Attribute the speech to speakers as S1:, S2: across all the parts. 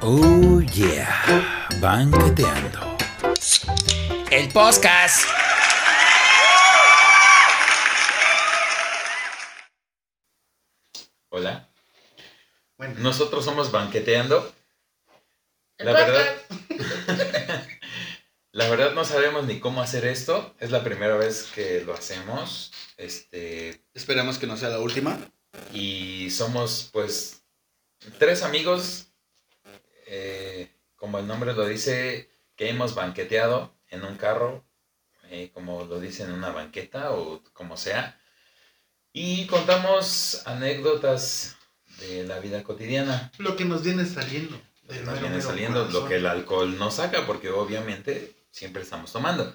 S1: Oh yeah, banqueteando.
S2: El podcast.
S1: Hola,
S3: Bueno,
S1: nosotros somos banqueteando.
S4: El
S1: La verdad, la verdad no sabemos ni cómo hacer esto. Es la primera vez que lo hacemos. Este
S3: esperamos que no sea la última.
S1: y somos pues tres amigos, eh, como el nombre lo dice, que hemos banqueteado en un carro, eh, como lo dice en una banqueta o como sea, y contamos anécdotas de la vida cotidiana.
S3: Lo que nos viene saliendo. del
S1: Nos
S3: mero,
S1: viene
S3: mero
S1: saliendo lo
S3: corazón,
S1: que el alcohol no saca, porque obviamente siempre estamos tomando.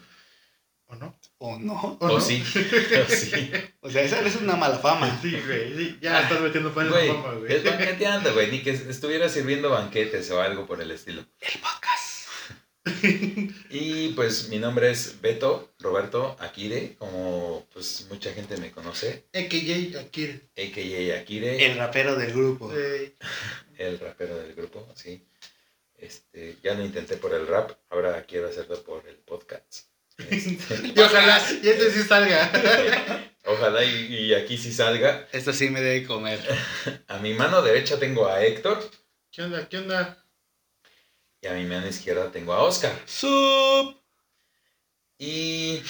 S3: ¿O no? ¿O no?
S1: O,
S3: no?
S1: sí, o sí.
S3: O sea, esa es una mala fama.
S4: Sí, güey, sí, ya estás metiendo pan en
S1: Ah, Güey,
S4: la fama, güey.
S1: es banqueteando, güey. Ni que estuviera sirviendo banquetes o algo por el estilo.
S3: El podcast.
S1: Y pues mi nombre es Beto Roberto Akire, como pues mucha gente me conoce,
S4: EKJ adquiere.
S1: a.k.a. Akire,
S3: El
S1: el,
S3: rapero del grupo.
S4: Eh,
S1: rapero del grupo, sí. Este, ya lo intenté por el rap, ahora quiero hacerlo por el podcast. Este,
S4: y ojalá, y este sí salga.
S1: ojalá y, y aquí sí salga.
S3: Esto sí me debe comer.
S1: A mi mano derecha tengo a Héctor
S4: ¿Qué onda? ¿Qué onda?
S1: y a mi mano izquierda tengo a Oscar.
S3: Sup.
S1: Y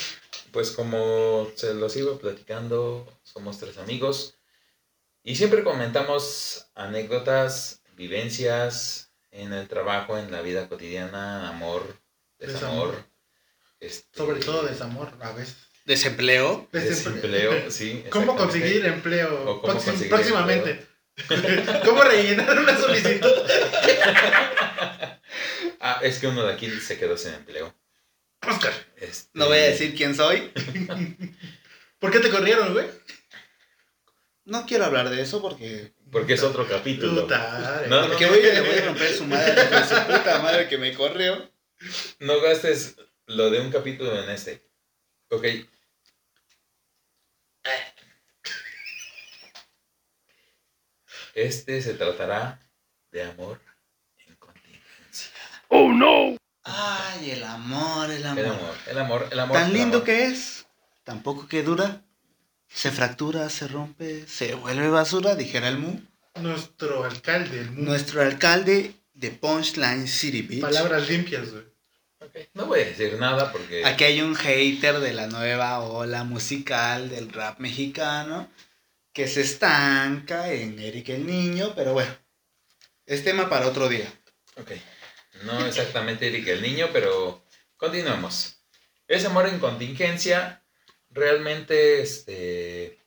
S1: pues como se los sigo platicando, somos tres amigos y siempre comentamos anécdotas, vivencias en el trabajo, en la vida cotidiana, amor, desamor,
S4: Desamor.
S1: este,
S4: Sobre todo desamor, a veces.
S3: Desempleo.
S1: desempleo, sí.
S4: ¿Cómo
S1: exactamente.
S4: conseguir empleo
S1: O cómo
S4: Próxim-
S1: conseguir
S4: próximamente? ¿Cómo rellenar una solicitud?
S1: Ah, es que uno de aquí se quedó sin empleo.
S4: Oscar,
S1: Este,
S3: No voy a decir quién soy.
S4: ¿por qué te corrieron, güey?
S3: No quiero hablar de eso porque.
S1: Porque es otro capítulo.
S4: Puta,
S1: No,
S3: Porque hoy le voy a romper su madre con su puta madre que me corrió.
S1: No gastes lo de un capítulo en este. Ok. Este se tratará de amor en contingencia.
S3: Ay, el amor, el
S1: El
S3: amor.
S1: amor, el amor, el amor.
S3: Tan
S1: el
S3: lindo
S1: amor.
S3: que es, tampoco que dura. Se fractura, se rompe, se vuelve basura, dijera el Mu.
S4: Nuestro alcalde, el mundo.
S3: Nuestro alcalde de Punchline City Beach.
S4: Palabras limpias, güey.
S1: Ok, No voy a decir nada porque.
S3: Aquí hay un hater de la nueva ola musical del rap mexicano que se estanca en Eric el Niño, pero bueno, es tema para otro día.
S1: Ok. No exactamente Eric el niño, pero continuemos. Ese amor en contingencia, realmente, este.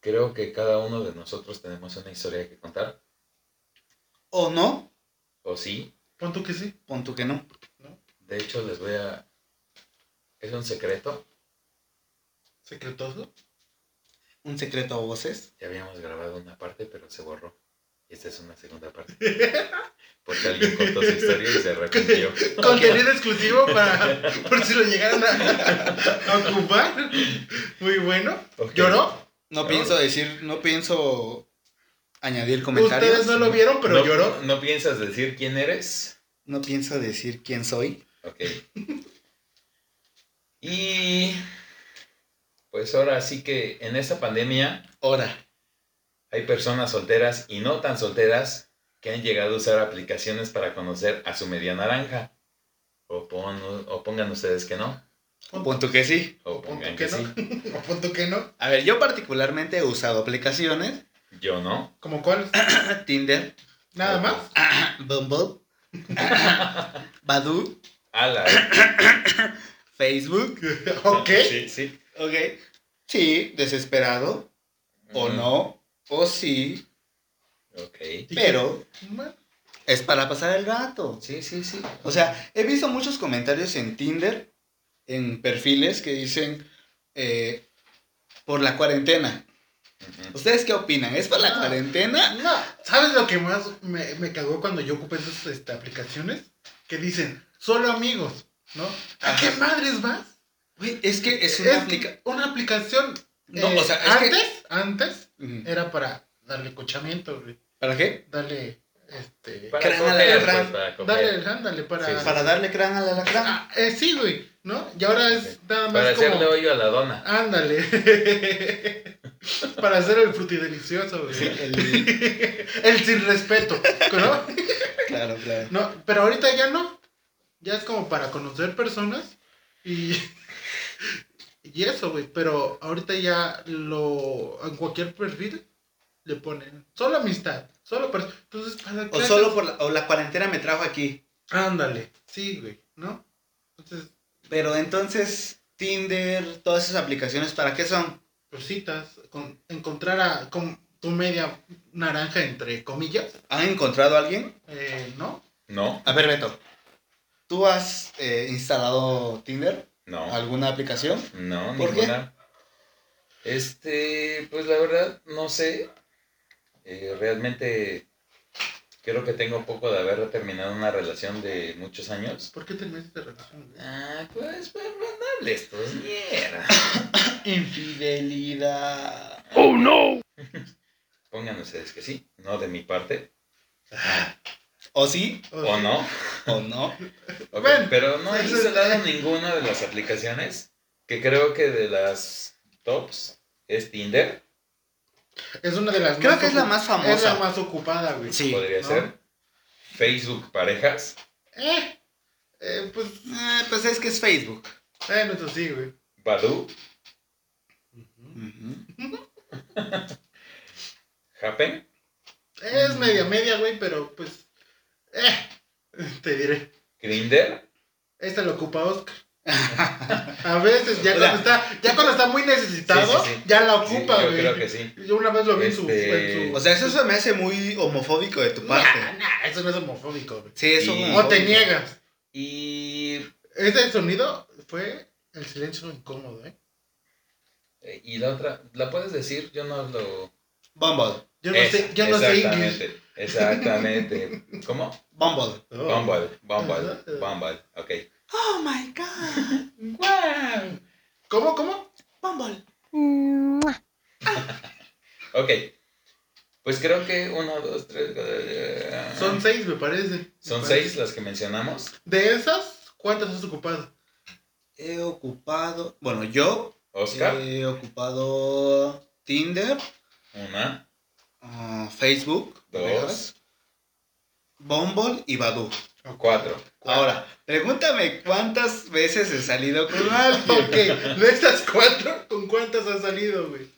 S1: Creo que cada uno de nosotros tenemos una historia que contar,
S3: ¿O no?
S1: o sí.
S4: Pon tú que sí.
S3: Pon tú que no.
S1: De hecho, les voy a. Es un secreto.
S4: Secretoso.
S3: Un secreto a voces.
S1: Ya habíamos grabado una parte, pero se borró. Y esta es una segunda parte. Porque alguien contó su historia y se arrepintió.
S4: Contenido exclusivo para. Por si lo llegaran a, a ocupar. Muy bueno.
S1: Ok.
S4: ¿Lloró?
S3: No
S1: Claro.
S3: pienso decir, no pienso añadir comentarios.
S4: Ustedes no lo vieron, pero
S1: ¿No-
S4: lloró.
S1: ¿No piensas decir quién eres?
S3: No pienso decir quién soy.
S1: Ok. Y. Pues ahora sí que en esta pandemia
S3: Ahora,
S1: hay personas solteras y no tan solteras que han llegado a usar aplicaciones para conocer a su media naranja. O, pon- o pongan ustedes que no.
S3: pon tú que sí.
S1: O
S4: Punto
S1: pongan
S4: que
S1: que
S4: no.
S1: sí.
S4: O punto que no.
S3: A ver, yo particularmente he usado aplicaciones,
S1: Yo no. pues,
S4: ¿Como cuál?
S3: Tinder,
S4: Nada más.
S3: Bumble, Badoo,
S1: A la.
S3: Facebook,
S4: Ok.
S1: Sí, sí.
S3: ok. Sí, desesperado, o no, o sí,
S1: Ok.
S3: pero
S4: Bueno,
S3: es para pasar el rato.
S1: Sí, sí, sí.
S3: O sea, he visto muchos comentarios en Tinder, en perfiles que dicen, eh, por la cuarentena.
S1: Ujú.
S3: ¿Ustedes qué opinan? ¿Es por la
S4: Ah.
S3: cuarentena?
S4: No, ¿sabes lo que más me, me cagó cuando yo ocupé esas este, aplicaciones? Que dicen, solo amigos, ¿no? ¿A
S3: Ajá.
S4: qué madres vas?
S3: Güey, es que es una aplicación.
S4: aplicación. una aplicación.
S3: No,
S4: eh,
S3: o sea, es que-
S4: antes, antes
S3: Ujú.
S4: era para darle cochamiento, güey.
S3: eh, ¿Para qué?
S4: Darle Este,
S1: Para
S3: Cránale,
S1: coger,
S3: Fran.
S1: pues, para coger.
S4: dale, ándale, para.
S1: Sí, sí,
S3: Para darle crán al alacrán.
S4: Ah, eh, sí, güey, ¿no? Y ahora es nada más
S1: Para hacerle
S4: como.
S1: hoyo a la dona.
S4: Ándale. para hacer el frutidelicioso, güey.
S3: Sí, el-
S4: El sin respeto, ¿no?
S3: claro, claro.
S4: No, pero ahorita ya no. Ya es como para conocer personas y. Y eso, güey. Pero ahorita ya lo. En cualquier perfil le ponen solo amistad, solo pers- Entonces, ¿para qué
S3: O solo por la, o la cuarentena me trajo aquí.
S4: haces? Ándale, sí, güey, ¿no? Entonces,
S3: Pero entonces, Tinder, todas esas aplicaciones, ¿para qué son?
S4: pues citas, con, encontrar a. Con tu media naranja, entre comillas,
S3: ¿Han encontrado a alguien?
S4: eh, ¿no?
S1: No,
S3: A ver, Beto. ¿Tú has eh, instalado Tinder?
S1: no,
S3: ¿Alguna aplicación?
S1: no,
S3: ¿Por qué?
S1: ninguna. Este, pues la verdad, no sé. Eh, realmente creo que tengo poco de haber terminado una relación de muchos años.
S4: ¿Por qué terminaste de relación? güey?
S1: Ah, pues, pues, no hables, pues, mierda.
S3: Infidelidad.
S1: Pongan ustedes que sí, no de mi parte,
S3: ¿O sí?
S4: O
S1: o
S4: sí.
S1: no.
S3: ¿O no?
S1: Ok,
S4: Bueno,
S1: pero no he
S4: eso es-
S1: instalado
S3: eh.
S1: ninguna de las aplicaciones, que creo que de las tops es Tinder,
S4: Es una de las
S3: Creo que es la
S4: ocu-
S3: más famosa.
S4: Es la más ocupada, güey.
S3: Sí.
S1: podría
S4: ¿no?
S1: ser. Facebook Parejas.
S4: Eh, eh, pues,
S3: Eh, pues es que es Facebook.
S4: bueno, eso sí, güey.
S1: Badoo, Happen,
S4: Es media media, güey, pero pues, eh, te diré.
S1: Grindr,
S4: Esta lo ocupa Oscar. A veces, ya
S3: O
S4: cuando
S3: sea,
S4: está, ya cuando está muy necesitado,
S1: Sí, sí, sí.
S4: ya la
S1: sí,
S4: ocupa,
S1: yo
S4: güey.
S1: creo que sí.
S4: Yo una vez lo vi en su,
S1: Este,
S4: en su-
S3: O sea, eso se me hace muy homofóbico de tu
S4: nah,
S3: parte.
S4: nah, eso no es homofóbico, güey.
S3: Sí, eso
S1: Y-
S4: O
S3: es
S4: te
S3: homofóbico.
S4: niegas.
S1: Y,
S4: Ese sonido fue el silencio incómodo, eh.
S1: y la otra, ¿la puedes decir? Yo no lo...
S3: Bumble.
S4: Yo no
S1: Esa,
S4: sé, yo no sé inglés.
S1: Exactamente, exactamente. ¿Cómo?
S3: Bumble.
S4: Oh.
S1: Bumble, Bumble,
S4: Ajá.
S1: Bumble, ok.
S3: Oh my god.
S1: ¡Wow!
S4: ¿Cómo, cómo?
S3: Bumble.
S1: Ok. Pues creo que uno, dos, tres. eh,
S4: Son seis, me parece.
S1: son
S4: Me
S1: seis las que mencionamos.
S4: De esas, ¿cuántas has ocupado?
S3: He ocupado. Bueno, yo
S1: Oscar,
S3: he ocupado Tinder,
S1: una,
S3: ah, Facebook,
S1: Dos.
S3: parejas, Bumble y Badoo.
S1: cuatro.
S3: Ahora, pregúntame cuántas veces he salido con
S4: Ah,
S3: alguien.
S4: ok. De esas cuatro, ¿con cuántas has salido, güey?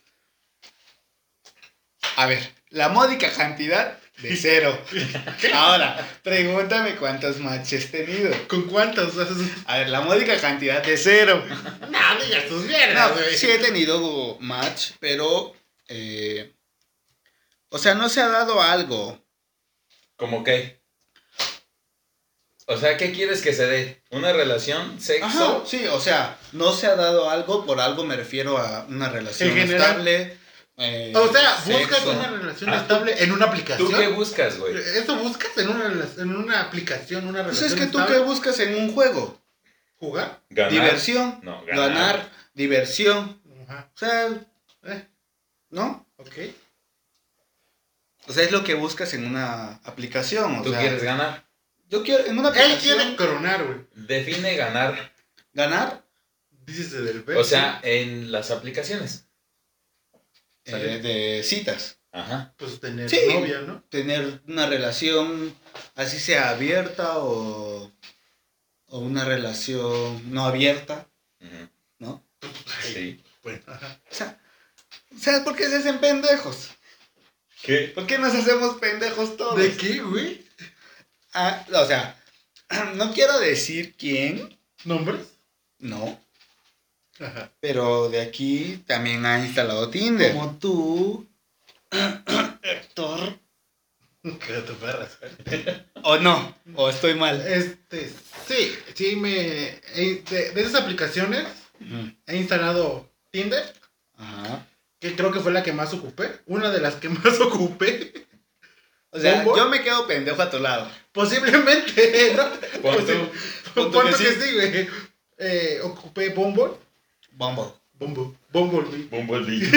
S3: A ver, la módica cantidad de cero. Ahora, pregúntame cuántos matches he tenido.
S4: ¿Con cuántas has...?
S3: A ver, la módica cantidad de cero.
S4: No, digas tus mierdas,
S3: No,
S4: güey.
S3: sí he tenido match, pero. eh, o sea, no se ha dado algo.
S1: ¿Cómo qué? O sea, ¿qué quieres que se dé? ¿Una relación? ¿Sexo?
S3: Ajá, sí, o sea, no se ha dado algo, por algo me refiero a una relación
S4: En general.
S3: estable. eh,
S4: O sea, buscas
S3: sexo.
S4: una relación
S1: Ah.
S4: estable en una
S1: ¿Tú
S4: aplicación.
S1: qué buscas, güey?
S4: ¿Eso buscas en una, rela- en una aplicación, una
S3: Pues
S4: relación
S3: es que tú qué
S4: estable?
S3: buscas en un juego.
S4: ¿Jugar?
S1: ¿Ganar?
S3: Diversión,
S1: No, ganar.
S3: ganar. diversión.
S4: Ajá.
S3: O sea,
S4: Eh,
S3: ¿no?
S4: ok.
S3: O sea, es lo que buscas en una aplicación. O
S1: ¿Tú
S3: sea,
S1: quieres ganar?
S3: Yo quiero, en una
S4: Él
S3: aplicación,
S4: quiere coronar, güey.
S1: Define ganar.
S3: ganar
S4: Dices pues, del verbo.
S1: O sea, en las aplicaciones.
S3: eh, de citas.
S1: Ajá.
S4: Pues tener
S3: Sí.
S4: novia, ¿no?
S3: tener una relación así sea abierta o, o una relación no abierta,
S1: Ujú.
S3: ¿no?
S1: Sí.
S4: Bueno, ajá.
S3: O sea, ¿sabes por qué se hacen pendejos?
S1: ¿Qué?
S3: ¿Por qué nos hacemos pendejos todos?
S4: ¿De qué, güey?
S3: Ah, o sea, no quiero decir quién,
S4: ¿Nombres?
S3: no,
S4: Ajá.
S3: pero de aquí también ha instalado Tinder. Como tú, Héctor.
S4: Que te perras, güey.
S3: O no, o estoy mal.
S4: Este, sí, sí me... eh, De, de esas aplicaciones
S3: Ujú.
S4: he instalado Tinder,
S3: Ajá.
S4: que creo que fue la que más ocupé. Una de las que más ocupé.
S3: O sea,
S4: ¿Bumble?
S3: yo me quedo pendejo a tu lado.
S4: Posiblemente, ¿no?
S1: Pon tú.
S4: Pon
S3: Pon tú
S4: tú que
S3: que sí.
S4: sí, güey. Eh, ocupé Bumble.
S3: Bumble.
S4: Bumble. Bumblebee.
S1: Bumblebee.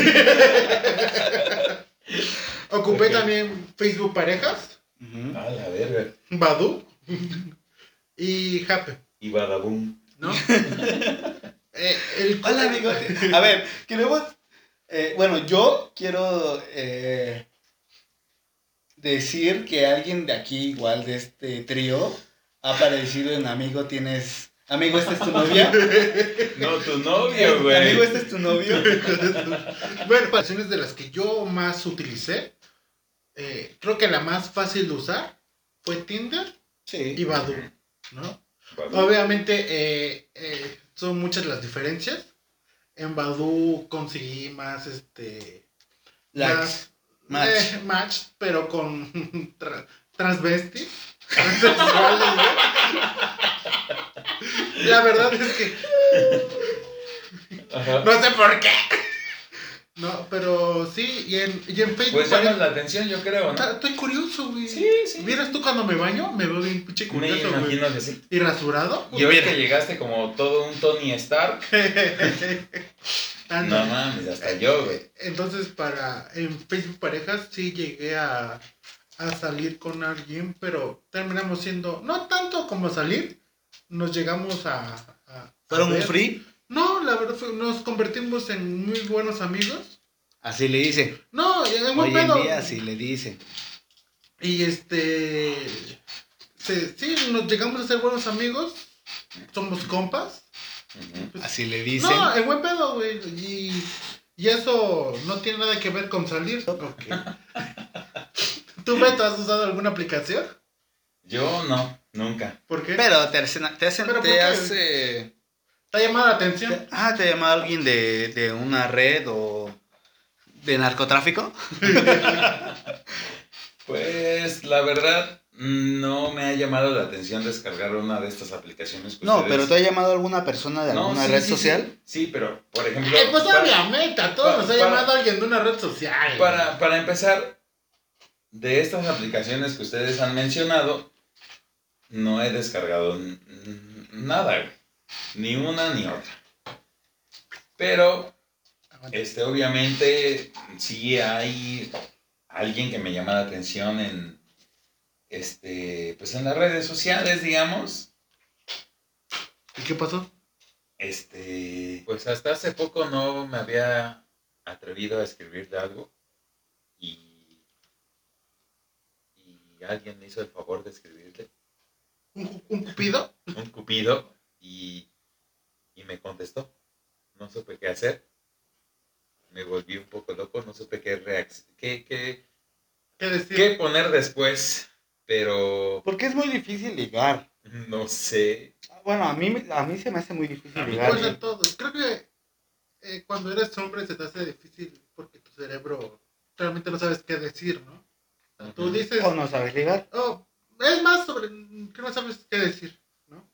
S4: Ocupé
S1: Ok.
S4: también Facebook Parejas.
S3: Ujú.
S1: A la verga.
S4: Badu y Hape,
S1: Y Badabum.
S4: ¿no? Eh, el
S3: Hola, bigote. A ver, queremos. eh, bueno, yo quiero eh, decir que alguien de aquí, igual de este trío, ha aparecido en Amigo Tienes. Amigo, esta es tu novia.
S1: No, tu
S3: Eh,
S1: novio,
S3: Amigo,
S1: güey.
S3: este es tu novio.
S4: bueno, canciones de las que yo más utilicé, eh, creo que la más fácil de usar fue Tinder y
S3: Sí.
S4: Badu, ¿no?
S1: Badabum.
S4: Obviamente eh, eh, son muchas las diferencias. En Badu conseguí más este
S3: Likes. Match.
S4: eh, match, pero con tra- transvestis. transexuales, ¿no? La verdad es que
S1: Ajá.
S4: no sé por qué. No, pero sí, y en, y en Facebook.
S1: Pues llamas la
S4: pare-
S1: atención, yo creo,
S4: Ta-
S1: ¿no?
S4: Estoy curioso, güey.
S1: Sí, sí.
S4: ¿Vieras tú cuando me baño? Me veo bien pinche
S1: Me
S4: curioso, güey.
S1: imagino que sí.
S4: Y rasurado.
S1: Y hoy que llegaste como todo un Tony Stark.
S4: Anda.
S1: No mames, hasta yo, güey.
S4: Entonces, para en Facebook Parejas sí llegué a, a salir con alguien, pero terminamos siendo, no tanto como salir, nos llegamos a... a- a
S3: ¿Fueron un
S4: ver.
S3: free?
S4: No, la verdad, fue- nos convertimos en muy buenos amigos.
S3: Así le dicen.
S4: No, en buen
S3: Hoy en
S4: pedo.
S3: día así le dicen.
S4: Y este. se- sí, nos llegamos a ser buenos amigos. Somos compas.
S1: Ujú.
S3: Así le dicen.
S4: No, el buen pedo, güey. Y, y eso no tiene nada que ver con salir. ¿Tú, Beto, has usado alguna aplicación?
S1: Yo no, nunca.
S4: ¿Por qué?
S3: Pero te hacen. Te hacen.
S4: Pero, ¿por
S3: te
S4: qué?
S3: hace-
S4: ¿Te ha llamado la atención?
S3: Ah, ¿te ha llamado alguien de, de una red o de narcotráfico?
S1: Pues la verdad, no me ha llamado la atención descargar una de estas aplicaciones. que
S3: No,
S1: ustedes-
S3: pero ¿te ha llamado alguna persona de
S1: No,
S3: alguna
S1: sí,
S3: red
S1: sí,
S3: social?
S1: Sí, sí, pero por ejemplo.
S4: Eh, pues
S1: para-
S4: obviamente, a todos
S1: pa-
S4: nos ha
S1: para-
S4: llamado alguien de una red social.
S1: Para, para empezar, de estas aplicaciones que ustedes han mencionado, no he descargado n- n- nada, güey. Ni una ni otra. Pero, este, obviamente, sí hay alguien que me llama la atención en, este, pues en las redes sociales, digamos.
S4: ¿Y qué pasó?
S1: Este. Pues hasta hace poco no me había atrevido a escribir de algo. Y. Y alguien me hizo el favor de escribirle.
S4: ¿Un, un cupido?
S1: Un cupido. Y. Y me contestó. No supe qué hacer. Me volví un poco loco. No supe qué reacc- qué, qué,
S4: ¿Qué decir?
S1: qué poner después. Pero.
S3: Porque es muy difícil ligar. Ah,
S1: No sé.
S3: Bueno, a mí, me- a mí se me hace muy difícil
S1: A mí
S3: ligar.
S4: Igual
S1: Dale.
S4: a todos. Creo que eh, cuando eres hombre se te hace difícil porque tu cerebro realmente no sabes qué decir, ¿no? Tú dices,
S3: ¿O no sabes ligar?
S4: oh, es más sobre que no sabes qué decir, ¿no?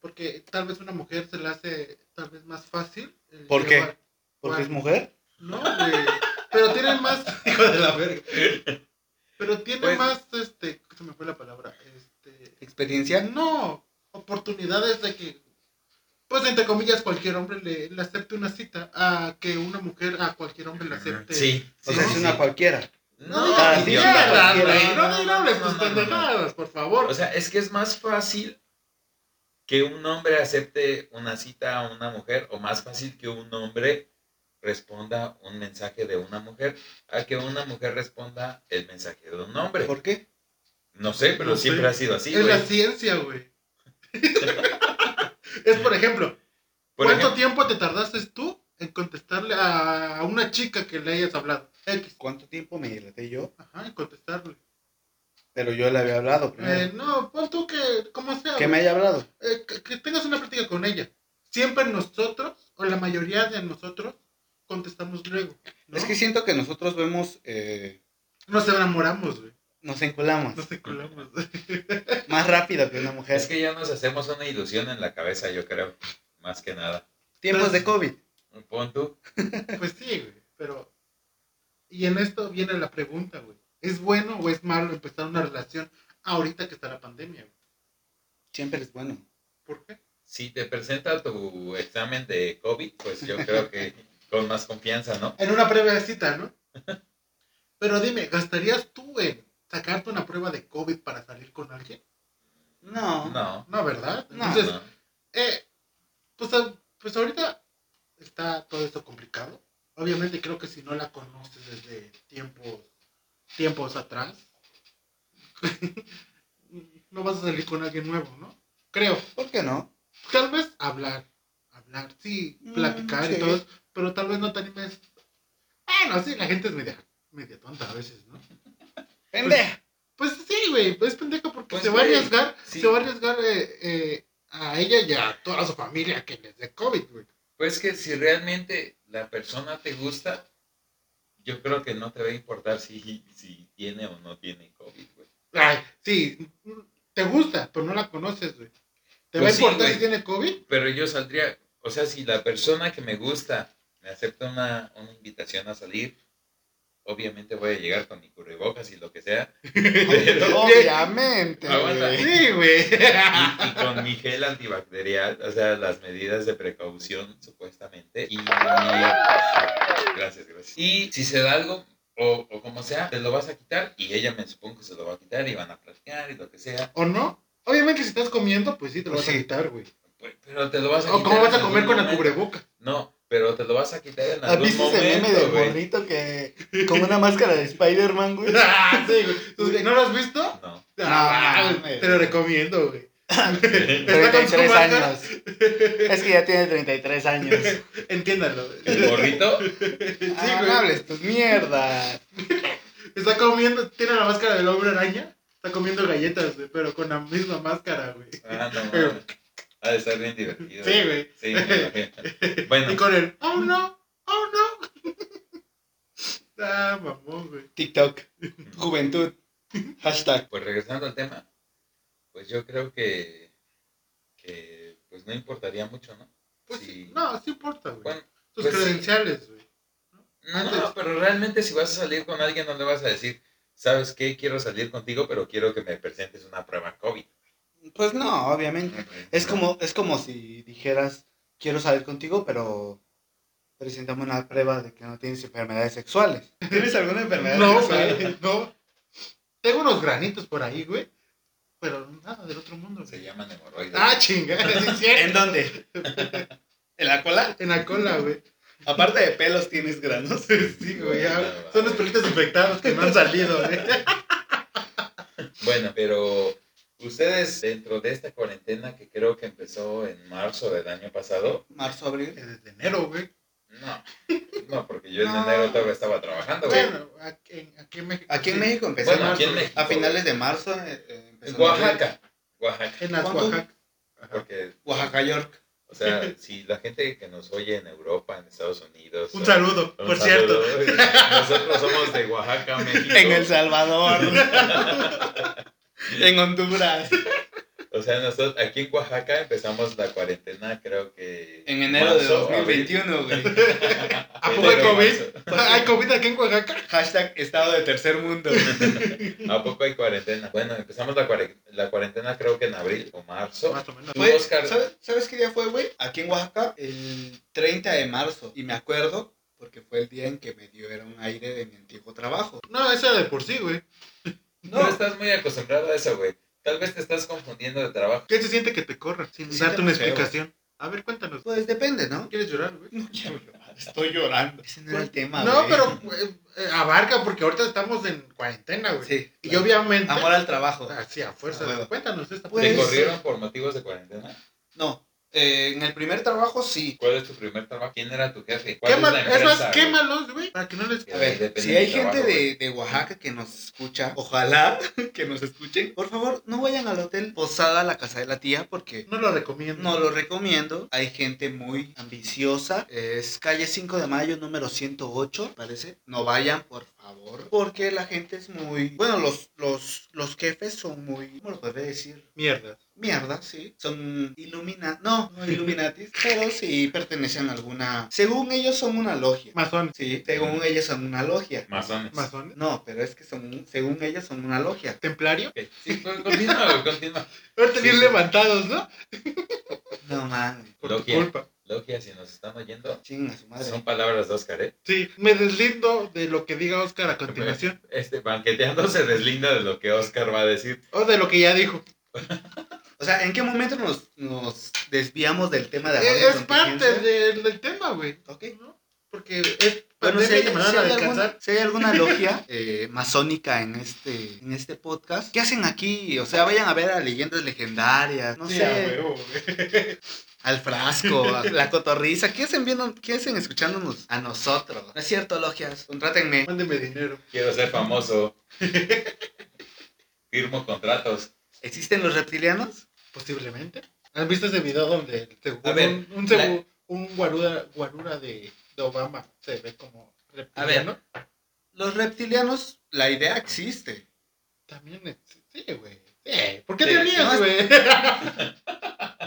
S4: Porque tal vez una mujer se le hace tal vez más fácil. el
S3: ¿Por qué?
S4: llevar-
S3: ¿Porque
S4: Bueno.
S3: es mujer?
S4: No, güey. Pero tienen más. Hijo de la verga. Pero tiene
S1: Pues-
S4: más, este. Se me fue la palabra. Este.
S3: ¿Experiencia?
S4: No, oportunidades de que, pues entre comillas, cualquier hombre le, le acepte una cita, a que una mujer a cualquier hombre le acepte.
S1: Sí. Ah,
S3: O
S1: sí,
S3: sea,
S1: sí,
S3: es una
S1: sí.
S3: cualquiera.
S4: No
S3: Para
S4: digas
S3: ti,
S4: mierdas,
S3: para
S4: güey,
S1: ti.
S4: no digas
S1: No, no,
S4: tus
S1: no, no, no.
S4: pendejadas, por favor.
S1: O sea, es que es más fácil que un hombre acepte una cita a una mujer o más fácil que un hombre responda un mensaje de una mujer a que una mujer responda el mensaje de un hombre.
S3: ¿Por qué?
S1: No sé, pero
S4: No sé.
S1: siempre ha sido así,
S4: es
S1: güey.
S4: la ciencia, güey. es por ejemplo,
S1: Por
S4: ¿cuánto
S1: ejemplo,
S4: tiempo te tardaste tú en contestarle a a una chica que le hayas hablado? X.
S3: ¿Cuánto tiempo me dilaté yo?
S4: Ajá, en contestarle.
S3: Pero yo le había hablado primero.
S4: Eh, no, pon tú que, como sea.
S3: ¿Qué
S4: güey.
S3: me haya hablado?
S4: eh, que, que tengas una práctica con ella. Siempre nosotros, o la mayoría de nosotros, contestamos luego. ¿no?
S3: Es que siento que nosotros vemos, eh,
S4: Nos enamoramos, güey.
S3: nos enculamos
S4: Nos enculamos.
S3: más rápido que una mujer.
S1: es que ya nos hacemos una ilusión en la cabeza, yo creo, más que nada.
S3: Tiempos de COVID.
S1: Pon tú.
S4: pues sí, güey. Pero. Y en esto viene la pregunta, güey. ¿Es bueno o es malo empezar una relación ahorita que está la pandemia, güey?
S3: Siempre es bueno.
S4: ¿Por qué?
S1: Si te presenta tu examen de COVID, pues yo creo que con más confianza, ¿no?
S4: En una previa cita, ¿no? Pero dime, ¿gastarías tú en sacarte una prueba de COVID para salir con alguien?
S3: No.
S1: No.
S4: No, ¿verdad?
S3: No.
S4: Entonces,
S1: no.
S4: eh, pues, a- pues ahorita está todo esto complicado. Obviamente creo que si no la conoces desde tiempos, tiempos atrás, no vas a salir con alguien nuevo, ¿no? Creo.
S3: ¿Por qué no?
S4: Tal vez hablar, hablar, sí,
S3: Mm,
S4: platicar
S3: sí.
S4: y todo, pero tal vez no te animes. Bueno, sí, la gente es media, media tonta a veces, ¿no?
S3: Pendeja.
S4: Pues sí, güey, es pendeja porque
S1: Pues,
S4: se va a
S1: güey,
S4: arriesgar,
S1: sí.
S4: se va a arriesgar eh, eh, a ella y a toda su familia que les dé COVID, güey.
S1: Pues que si realmente la persona te gusta, yo creo que no te va a importar si, si tiene o no tiene COVID, güey.
S4: Ay, sí, te gusta, pero no la conoces, güey. ¿Te
S1: Pues
S4: va a
S1: sí,
S4: importar
S1: güey.
S4: si tiene COVID?
S1: Pero yo saldría, o sea, si la persona que me gusta me acepta una, una invitación a salir, obviamente voy a llegar con mi cubrebocas y lo que sea, pero,
S3: Obviamente.
S1: Aguanta.
S3: güey.
S4: Sí, güey.
S1: y, y con mi gel antibacterial, o sea, las medidas de precaución, supuestamente. Y, gracias, gracias. Y si se da algo, o, o como sea, te lo vas a quitar y ella me supongo que se lo va a quitar y van a platicar y lo que sea.
S4: ¿O no? Obviamente si estás comiendo, pues sí, te lo
S3: Pues
S4: vas a
S3: sí.
S4: quitar, güey.
S1: Pues, Pero te lo vas a
S4: ¿O cómo
S1: quitar
S4: vas a
S1: en
S4: comer
S1: algún
S4: con el
S1: momento.
S4: cubreboca?
S1: No, pero te lo vas a quitar en
S3: ¿Has
S1: algún
S3: visto
S1: momento,
S3: ese meme del
S1: güey.
S3: gorrito que. con una máscara de Spider-Man, güey?
S4: Ah, sí, güey. ¿Tú ¿No lo has visto?
S1: No.
S4: Ah,
S3: no,
S4: güey,
S3: no.
S4: te lo recomiendo, güey. Está con su
S3: 33
S4: máscara.
S3: años. Es que ya tiene 33 años.
S4: Entiéndalo. güey.
S1: El gorrito,
S4: Sí,
S3: ah,
S4: güey.
S3: no hables tus mierdas.
S4: Está comiendo, tiene la máscara del hombre araña. Está comiendo galletas, güey, pero con la misma máscara, güey.
S1: ah, no, mames. ha de estar bien divertido.
S4: Sí, güey.
S1: Sí, me imagino.
S4: Y
S1: Bueno,
S4: con el, oh no, oh no. ah, mamón, güey.
S3: TikTok. Juventud. Hashtag.
S1: pues regresando al tema, pues yo creo que, que pues no importaría mucho, ¿no?
S4: Pues
S1: Sí.
S4: sí, no, sí importa, güey.
S1: Bueno,
S4: Tus
S1: pues sí.
S4: credenciales, güey.
S1: no, pero realmente si vas a salir con alguien no le vas a decir, ¿sabes qué? Quiero salir contigo, pero quiero que me presentes una prueba COVID.
S3: Pues no, obviamente. Es como, es como si dijeras, quiero salir contigo, pero presentame una prueba de que no tienes enfermedades sexuales. ¿Tienes alguna enfermedad
S4: No,
S3: sexual?
S4: güey, no. Tengo unos granitos por ahí, güey. Pero nada del otro mundo,
S1: Se
S4: güey.
S1: llaman hemorroides.
S4: Ah, chingada, sí es cierto.
S3: ¿En dónde? ¿En la cola?
S4: En la cola, güey.
S3: Aparte de pelos, tienes granos.
S4: Sí, güey. ya. Son los pelitos infectados que no han salido, güey.
S1: Bueno, pero ustedes dentro de esta cuarentena que creo que empezó en marzo del año pasado,
S3: Marzo, abril.
S4: eh, Desde enero, güey.
S1: no, no, porque yo en
S4: No.
S1: enero todavía estaba trabajando, güey.
S4: Bueno, aquí en, aquí en México.
S3: Aquí en
S4: sí.
S3: México empezó
S1: Bueno,
S3: en marzo.
S1: aquí en México.
S3: A finales de marzo eh, eh, empezó.
S1: En Oaxaca, Oaxaca,
S4: En las
S3: ¿Cuánto?
S4: Oaxaca.
S1: porque,
S3: Oaxaca, York.
S1: o sea, si la gente que nos oye en Europa, en Estados Unidos...
S4: Un
S1: o-
S4: saludo,
S1: un
S4: por cierto.
S1: saludo, güey. Nosotros somos de Oaxaca, México.
S3: En El Salvador. en Honduras.
S1: O sea, nosotros aquí en Oaxaca empezamos la cuarentena, creo que...
S3: En enero de
S1: marzo, abril.
S3: 2021, güey.
S4: ¿A poco hay
S1: Enero,
S4: COVID?
S1: marzo.
S4: ¿Hay COVID aquí en Oaxaca?
S3: Hashtag estado de tercer mundo.
S1: ¿A poco hay cuarentena? Bueno, empezamos la, cuare- la cuarentena creo que en abril o marzo.
S4: Más o menos.
S1: Tú,
S3: Fue-
S1: Oscar.
S3: ¿sabes, sabes qué día fue, güey? Aquí en Oaxaca, el 30 de marzo. Y me acuerdo porque fue el día en que me dieron aire de mi antiguo trabajo.
S4: No, esa de por sí, güey.
S1: No. estás muy acostumbrado a eso, güey. Tal vez te estás confundiendo de trabajo.
S4: ¿Qué se siente que te corran sin
S3: Sí,
S4: darte
S3: está
S4: una
S3: feo.
S4: explicación? A ver, cuéntanos.
S3: Pues depende, ¿no?
S4: ¿Quieres llorar, güey?
S3: No quiero llorar, estoy llorando. Ese no era el tema,
S4: No,
S3: güey.
S4: pero güey, eh, abarca porque ahorita estamos en cuarentena, güey.
S3: Sí.
S4: Y
S3: claro.
S4: obviamente.
S3: Amor al trabajo.
S4: Ah, sí, a fuerza.
S3: Ah, bueno.
S4: Cuéntanos esta
S1: ¿Te
S3: Pues-
S1: corrieron por motivos de cuarentena?
S3: No, eh, en el primer trabajo sí.
S1: ¿Cuál es tu primer trabajo? ¿Quién era tu jefe? ¿Cuál
S4: Quémal-
S1: es la
S4: es
S1: empresa,
S4: más,
S1: güey?
S4: quémalos, güey. Para que no les.
S1: Ya,
S3: A ver,
S1: depende
S3: si
S1: del
S3: hay
S1: trabajo,
S3: gente
S1: güey.
S3: de, de Oaxaca que nos escucha, ojalá que nos escuchen. Por favor, no vayan al hotel Posada, la casa de la tía, porque
S4: No lo recomiendo.
S3: no lo recomiendo. Hay gente muy ambiciosa. Es calle 5 de mayo, número 108, parece. No vayan, por favor. Porque la gente es muy... Bueno, los, los, los jefes son muy... ¿Cómo lo podría decir?
S4: Mierda.
S3: Mierda, sí. Son ilumina... No, no illuminatis, pero sí pertenecen a alguna... Según ellos son una logia.
S4: Masones.
S3: Sí, según ellos son una logia.
S1: Masones.
S4: Masones.
S3: No, pero es que son, según ellos son una logia.
S4: Templario.
S1: Ok, Sí, pues, continúa, güey, continúa.
S4: Ahorita
S1: Sí,
S4: bien
S1: güey.
S4: levantados, ¿no?
S3: No mames.
S4: Por tu
S1: Logia.
S4: culpa.
S1: Logia, si nos están oyendo,
S3: Chinguen a su madre.
S1: son palabras de Oscar, ¿eh?
S4: Sí, me deslindo de lo que diga Oscar a continuación.
S1: Este banqueteando se deslinda de lo que Oscar va a decir.
S4: O de lo que ya dijo.
S3: O sea, ¿en qué momento nos, nos desviamos del tema de
S4: Eh,
S3: amor
S4: Es,
S3: y
S4: parte
S3: contingencia?
S4: del, del tema, güey.
S3: Ok.
S4: ¿no? Porque es
S3: Bueno,
S4: pandemia
S3: si hay,
S4: y me van
S3: si
S4: a
S3: hay
S4: descansar.
S3: alguna, si hay alguna logia eh, masónica en este, en este podcast, ¿qué hacen aquí? O sea, vayan a ver a leyendas legendarias, no
S4: Sí, a
S3: sé,
S4: huevo, güey.
S3: al frasco, a la cotorriza. ¿Qué hacen viendo, qué hacen escuchándonos a nosotros? No es cierto, logias, contrátenme.
S4: Mándeme dinero.
S1: Quiero ser famoso. Firmo contratos.
S3: ¿Existen los reptilianos?
S4: Posiblemente. ¿Has visto ese video donde se jugó
S1: A ver,
S4: un, un,
S1: la-
S4: segu- un guaruda, guarura de, de Obama se ve como reptiliano?
S3: Los reptilianos, la idea existe.
S4: También es- sí, güey. Sí. ¿Por qué
S1: Sí,
S4: te
S1: sí,
S4: ríes,
S3: no,
S4: güey?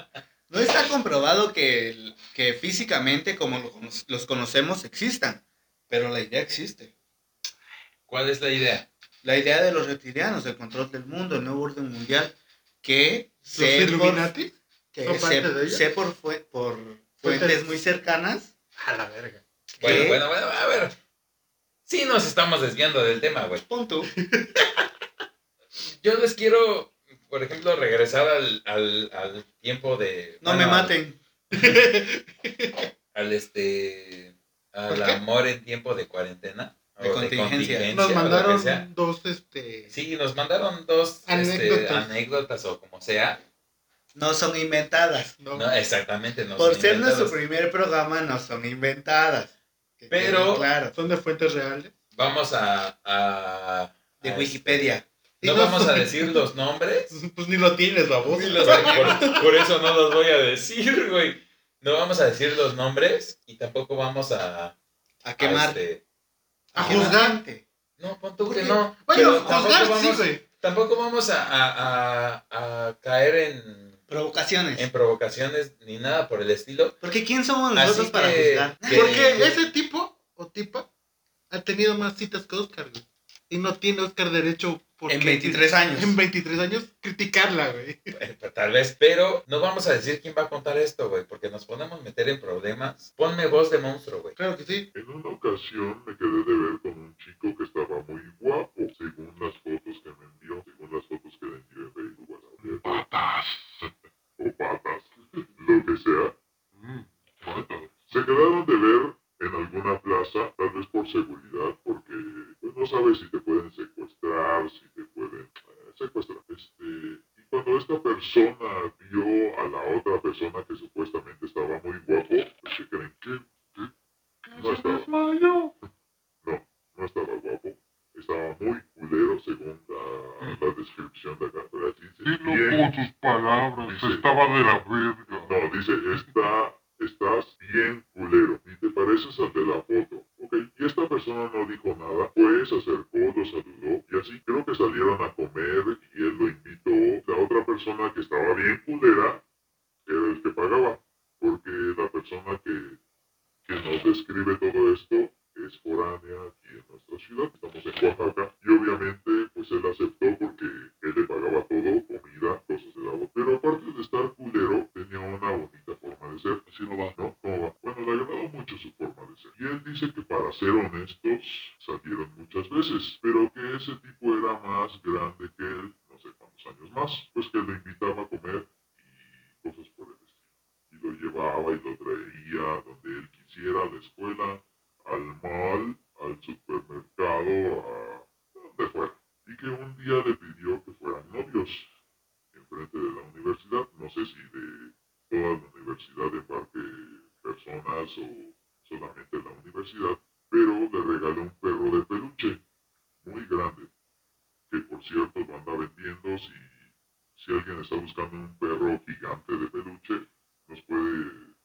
S3: No está comprobado que, el- que físicamente, como lo cono- los conocemos, existan, pero la idea existe.
S1: ¿Cuál es la idea?
S3: la idea de los reptilianos, el control del mundo, el nuevo orden mundial, que
S4: ¿Los
S3: sé por,
S4: Illuminati?
S3: que
S4: son parte
S3: sé-
S4: de ellos?
S3: sé por, fue- por fuentes
S4: Fuentes.
S3: muy cercanas.
S4: A la verga.
S1: Bueno,
S3: que-
S1: bueno, bueno, a ver. Sí nos estamos desviando del tema, güey.
S3: Pon tú.
S1: Yo les quiero, por ejemplo, regresar al, al, al tiempo de...
S3: No
S1: bueno,
S3: me
S1: al-
S3: maten.
S1: Al, este... Al
S4: ¿Por qué?
S1: amor en tiempo de cuarentena. o
S3: De
S4: Nos
S3: contingencia.
S1: o lo que
S4: mandaron
S1: sea.
S4: dos, este...
S1: Sí, nos mandaron dos este,
S4: Anécdotas.
S1: anécdotas o como sea.
S3: No son inventadas.
S4: No,
S1: No, eh. exactamente. nos
S3: por ser
S1: inventamos.
S3: nuestro primer programa, no son inventadas. Que
S1: Pero-
S3: quede Claro.
S4: Son de fuentes reales.
S1: Vamos a... a-
S3: De
S1: a- este,
S3: Wikipedia.
S4: Y
S1: No
S4: no-
S1: vamos a decir los nombres.
S4: Pues ni lo tienes, baboso.
S1: Sí, los de- por, por eso no los voy a decir, güey. No vamos a decir los nombres y tampoco vamos a... a
S3: A quemar.
S1: este-
S4: A
S3: quemar
S4: juzgar.
S3: gente.
S1: No, pon tú
S4: ¿Por
S1: que
S4: qué?
S1: no.
S4: Bueno,
S1: pero tampoco
S4: juzgar sí,
S1: vamos-
S4: güey.
S1: Tampoco vamos a, a- a- a caer en,
S3: Provocaciones.
S1: en provocaciones ni nada por el estilo.
S3: Porque ¿quién somos nosotros
S1: Em Así
S3: para
S1: que-
S3: juzgar?
S1: que-
S4: Porque ese tipo o tipa ha tenido más citas que Oscar, güey. Y no tiene Oscar derecho porque
S3: En 23 años.
S4: En 23 años criticarla, güey.
S1: eh, Tal vez, pero no vamos a decir quién va a contar esto, güey, porque nos podemos meter en problemas. Ponme voz de monstruo, güey.
S4: Claro que sí.
S5: En una ocasión me quedé de ver con un chico que estaba muy guapo, según las fotos que me envió, según las fotos que le envió en Facebook. bueno, Patas. o patas. Lo que sea. Mm, patas. Se quedaron de ver en alguna plaza, tal vez por seguridad, porque pues, no sabes si te pueden secuestrar, si te pueden eh, secuestrar. Este, y cuando esta persona vio a la otra persona que supuestamente estaba muy guapo, pues, se creen que no estaba. No, no estaba guapo. Estaba muy culero según la, la descripción de acá. Pero así dice.
S6: Dilo
S5: bien.
S6: con tus palabras,
S5: Dice-
S6: estaba de la verga.
S5: No, dice, está, estás bien culero. Ni te pareces al de la foto. Ok, y esta persona no dijo nada. Pues se acercó, lo saludó. Y así creo que salieron a comer y él lo invitó. La otra persona que estaba bien culera era el que pagaba. Porque la persona que que nos describe todo esto es foránea aquí en nuestra ciudad, estamos en Oaxaca, y obviamente pues él aceptó porque él le pagaba todo, comida, cosas de lado, pero aparte de estar culero, tenía una bonita forma de ser, así no va, ¿no? ¿Cómo va? Bueno, le agradó mucho su forma de ser, y él dice que para ser honestos, salieron muchas veces, pero que ese tipo era más grande que él, no sé cuántos años más, pues que le invitaba a comer y cosas por el estilo y lo llevaba y lo traía donde él quisiera, a la escuela, al mall, al supermercado, a donde fuera. Y que un día le pidió que fueran novios enfrente de la universidad, no sé si de toda la universidad embarque personas o solamente la universidad, pero le regaló un perro de peluche muy grande, que por cierto lo anda vendiendo si, si alguien está buscando un perro gigante de peluche, nos puede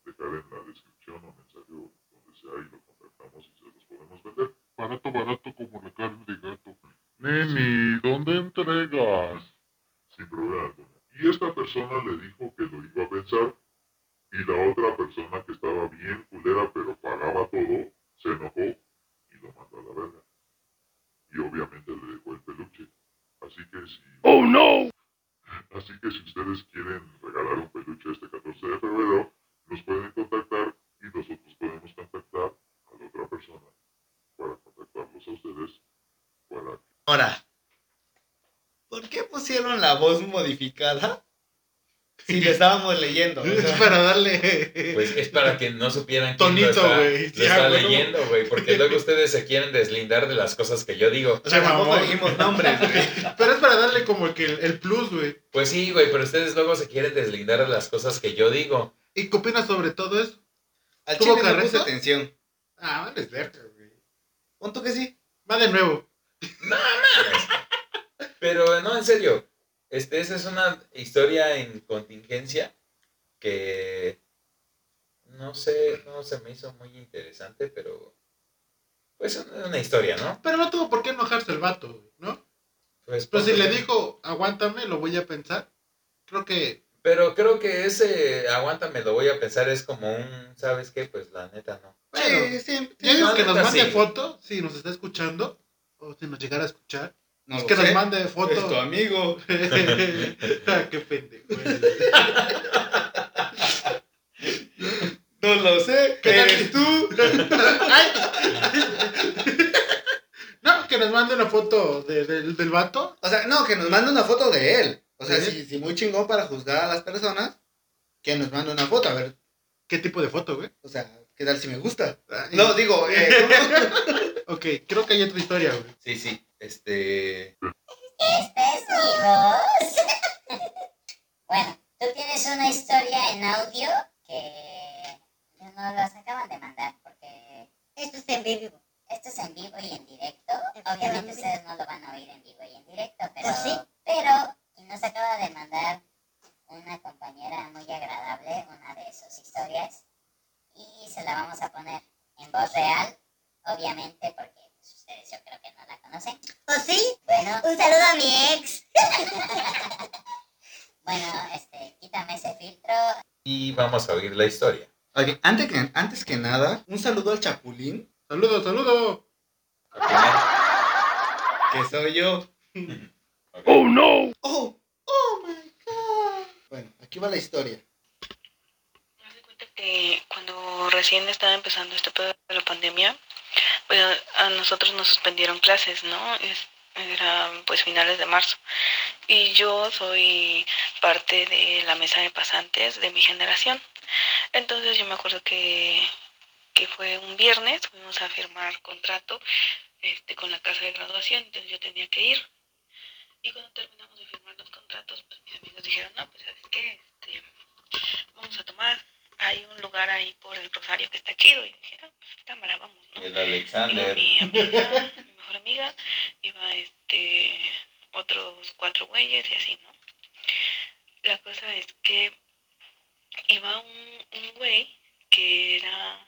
S5: dejar en la descripción o mensaje o donde sea y lo contactamos y se los podemos vender.
S6: Barato, barato como la carne de gato. Neni, ¿dónde entregas?
S5: sin problema alguno. Y esta persona le dijo que lo iba a pensar y la otra persona que estaba bien culera pero pagaba todo, se enojó y lo mandó a la verga. Y obviamente le dejó el peluche. Así que si... ¡Oh no! Así que si ustedes quieren regalar un peluche este 14 de febrero, nos pueden contactar y nosotros podemos contactar a la otra persona para contactarlos a ustedes para
S3: Ahora, ¿por qué pusieron la voz modificada si le estábamos leyendo? O
S4: Es
S3: sea,
S4: para darle.
S1: Pues es para que no supieran quién
S4: Tonito,
S1: lo está,
S4: güey.
S1: lo
S4: Ya,
S1: está
S4: güey.
S1: leyendo, güey. Porque luego ustedes se quieren deslindar de las cosas que yo digo.
S3: o sea, tampoco
S4: mamón.
S3: dijimos nombres, güey.
S4: Pero es para darle como que el, el plus, güey.
S1: Pues sí, güey, pero ustedes luego se quieren deslindar de las cosas que yo digo.
S4: ¿Y qué opinas sobre todo eso?
S3: Al
S4: ¿Tuvo
S3: chile no
S4: carreta?
S3: puse atención.
S4: Ah, vale, es verga, güey.
S3: Punto que sí.
S4: Va de nuevo.
S1: Pero no, en serio. Este, esa es una historia en contingencia que no sé, no se me hizo muy interesante, pero pues es una historia, ¿no?
S4: Pero no tuvo por qué enojarse el vato, güey, ¿no?
S1: Pues,
S4: Pero si
S1: porque-
S4: le dijo, aguántame, lo voy a pensar. Creo que.
S1: Pero creo que ese, aguántame, lo voy a pensar, es como un, ¿sabes qué? Pues la neta no.
S4: Bueno,
S3: sí, sí.
S4: yo digo
S1: la
S4: que nos
S1: neta,
S4: mande
S1: sí.
S4: foto si nos está escuchando o si nos llegara a escuchar.
S3: No
S4: es
S3: lo
S4: que
S3: sé.
S4: nos mande foto.
S3: Es tu amigo.
S4: Ah, Qué pendejo. eres.
S3: No lo sé.
S4: ¿Qué tal
S3: Eres
S4: si-
S3: tú.
S4: No, que nos mande una foto de- del- del vato.
S3: O sea, no, que nos mande una foto de él. O sea,
S4: Sí.
S3: si, si muy chingón para juzgar a las personas, que nos mande una foto. A ver,
S4: ¿Qué tipo de foto, güey?
S3: o sea, ¿qué tal si me gusta?
S4: Ah,
S3: No, digo, eh,
S4: Ok, creo que hay otra historia, güey.
S1: Sí, sí, este...
S7: Especiros. bueno, tú tienes una historia en audio que nos las acaban de mandar porque
S8: Esto está en vivo.
S7: esto es en vivo y en directo. Obviamente ustedes no lo van a oír en vivo y en directo, pero
S8: Pues sí.
S7: pero nos acaba de mandar una compañera muy agradable una de sus historias y se la vamos a poner en voz real, obviamente porque pues, ustedes yo creo que no la conocen.
S8: ¿O Pues sí?
S7: Bueno,
S8: Un saludo a mi ex.
S7: bueno, este, quítame ese filtro.
S1: Y vamos a oír la historia.
S3: ok, antes, que, antes que nada, un saludo al Chapulín,
S4: Saludo, saludo.
S1: Al final-
S3: que soy yo.
S1: ok.
S3: Oh, oh my god. Bueno, aquí va la historia.
S9: Haz de cuenta que cuando recién estaba empezando este pedo de la pandemia, pues a nosotros nos suspendieron clases, ¿no? Es- eran pues finales de marzo. Y yo soy parte de la mesa de pasantes de mi generación. Entonces yo me acuerdo que, que fue un viernes, fuimos a firmar contrato este, con la casa de graduación, entonces yo tenía que ir. Y cuando terminamos de firmar los contratos, pues mis amigos dijeron, no, pues ¿sabes qué? Este, vamos a tomar hay un lugar ahí por el Rosario que está chido. Y dije, ah, pues, cámara, vamos, ¿no?
S1: El
S9: Iba
S1: Alexander.
S9: mi amiga, mi mejor amiga, iba este, otros cuatro güeyes y así, ¿no? La cosa es que iba un, un güey que era